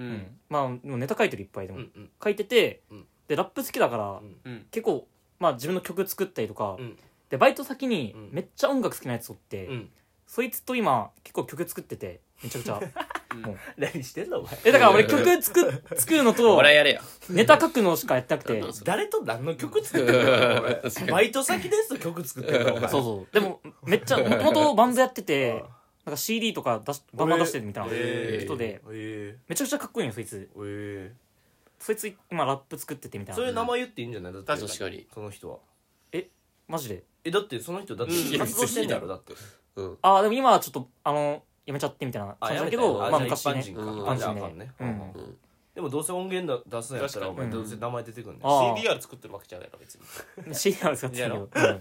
Speaker 3: うんまあでもネタ書いてるいっぱいでも、
Speaker 2: うんうん
Speaker 3: 書いてて、
Speaker 2: うん
Speaker 3: でラップ好きだから、
Speaker 2: ん
Speaker 5: うん
Speaker 3: 結構まあ自分の曲作ったりとか、
Speaker 2: うん
Speaker 3: でバイト先に
Speaker 2: ん
Speaker 3: めっちゃ音楽好きなやつおって、
Speaker 2: うん
Speaker 3: そいつと今結構曲作っててめちゃくちゃ
Speaker 2: 何してんのお前
Speaker 3: えだから俺曲作っ作るの
Speaker 4: ん
Speaker 3: と
Speaker 4: 俺はやれよ
Speaker 3: ネタ書くのしかやってなくてそ
Speaker 2: <laughs>
Speaker 3: う
Speaker 2: 誰と何の曲作ってんの俺バイト先ですと曲作ってるのお前
Speaker 3: そうでもめっちゃもともとバンドやっててなんか CD とか出しバンバン出してるみたいな
Speaker 2: へー
Speaker 3: 人で
Speaker 2: え
Speaker 3: めちゃくちゃかっこいいよそいつ
Speaker 2: ええ
Speaker 3: そいつ今ラップ作っててみた
Speaker 2: え
Speaker 3: い
Speaker 2: そうい
Speaker 3: な
Speaker 2: う名前言っていいんじゃないだって
Speaker 4: 確かに
Speaker 2: その人は
Speaker 3: マジで
Speaker 2: えだってその人だって
Speaker 4: や
Speaker 2: 活動してんだろだって
Speaker 3: ああでも今はちょっとあのやめちゃってみたいな
Speaker 2: あ
Speaker 3: 感じだけ
Speaker 2: やめ
Speaker 3: ど
Speaker 2: たよあ
Speaker 3: まあ
Speaker 2: じゃあ
Speaker 3: 昔ね
Speaker 2: 一般人か
Speaker 3: うん
Speaker 2: あ
Speaker 3: 一
Speaker 2: じゃあ
Speaker 3: 般
Speaker 2: あか
Speaker 3: 人
Speaker 2: ん
Speaker 3: で
Speaker 2: ね
Speaker 3: うん
Speaker 2: でもどうせ音源出すんやったらお
Speaker 5: 確か
Speaker 2: 前
Speaker 5: に
Speaker 2: どうせ名前出てくんね
Speaker 3: あー
Speaker 5: CDR 作ってるわけじゃないの別に
Speaker 3: <laughs> CD は使ってたけどうん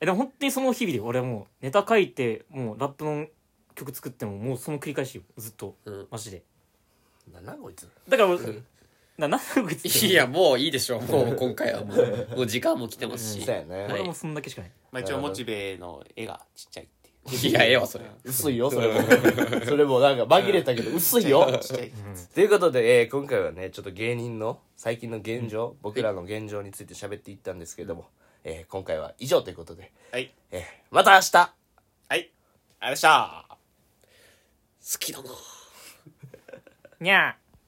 Speaker 3: えでも本当にその日々で俺はもうネタ書いてもうラップの曲作ってももうその繰り返しよずっと
Speaker 4: うん
Speaker 3: マジで
Speaker 2: なんなんこいつ
Speaker 3: だから俺ななんで別に
Speaker 4: <laughs> いやもういいでしょうもう今回はもうもう時間も来てます
Speaker 2: <laughs>
Speaker 4: し
Speaker 2: そうやね
Speaker 3: 俺もそんだけしかない
Speaker 5: まあ一応モチベの絵がちっちゃいっていう
Speaker 4: いやええわそれ
Speaker 2: 薄いよそれも <laughs> それもなんか紛れたけど薄 <laughs> いよ
Speaker 5: ちっちゃい
Speaker 2: ということで、えー今回はねちょっと芸人の最近の現状、僕らの現状について喋っていったんですけれども、えー今回は以上ということで、
Speaker 5: はい
Speaker 2: えーまた明日
Speaker 5: はいありがとうございました
Speaker 4: 好きだな
Speaker 3: にゃー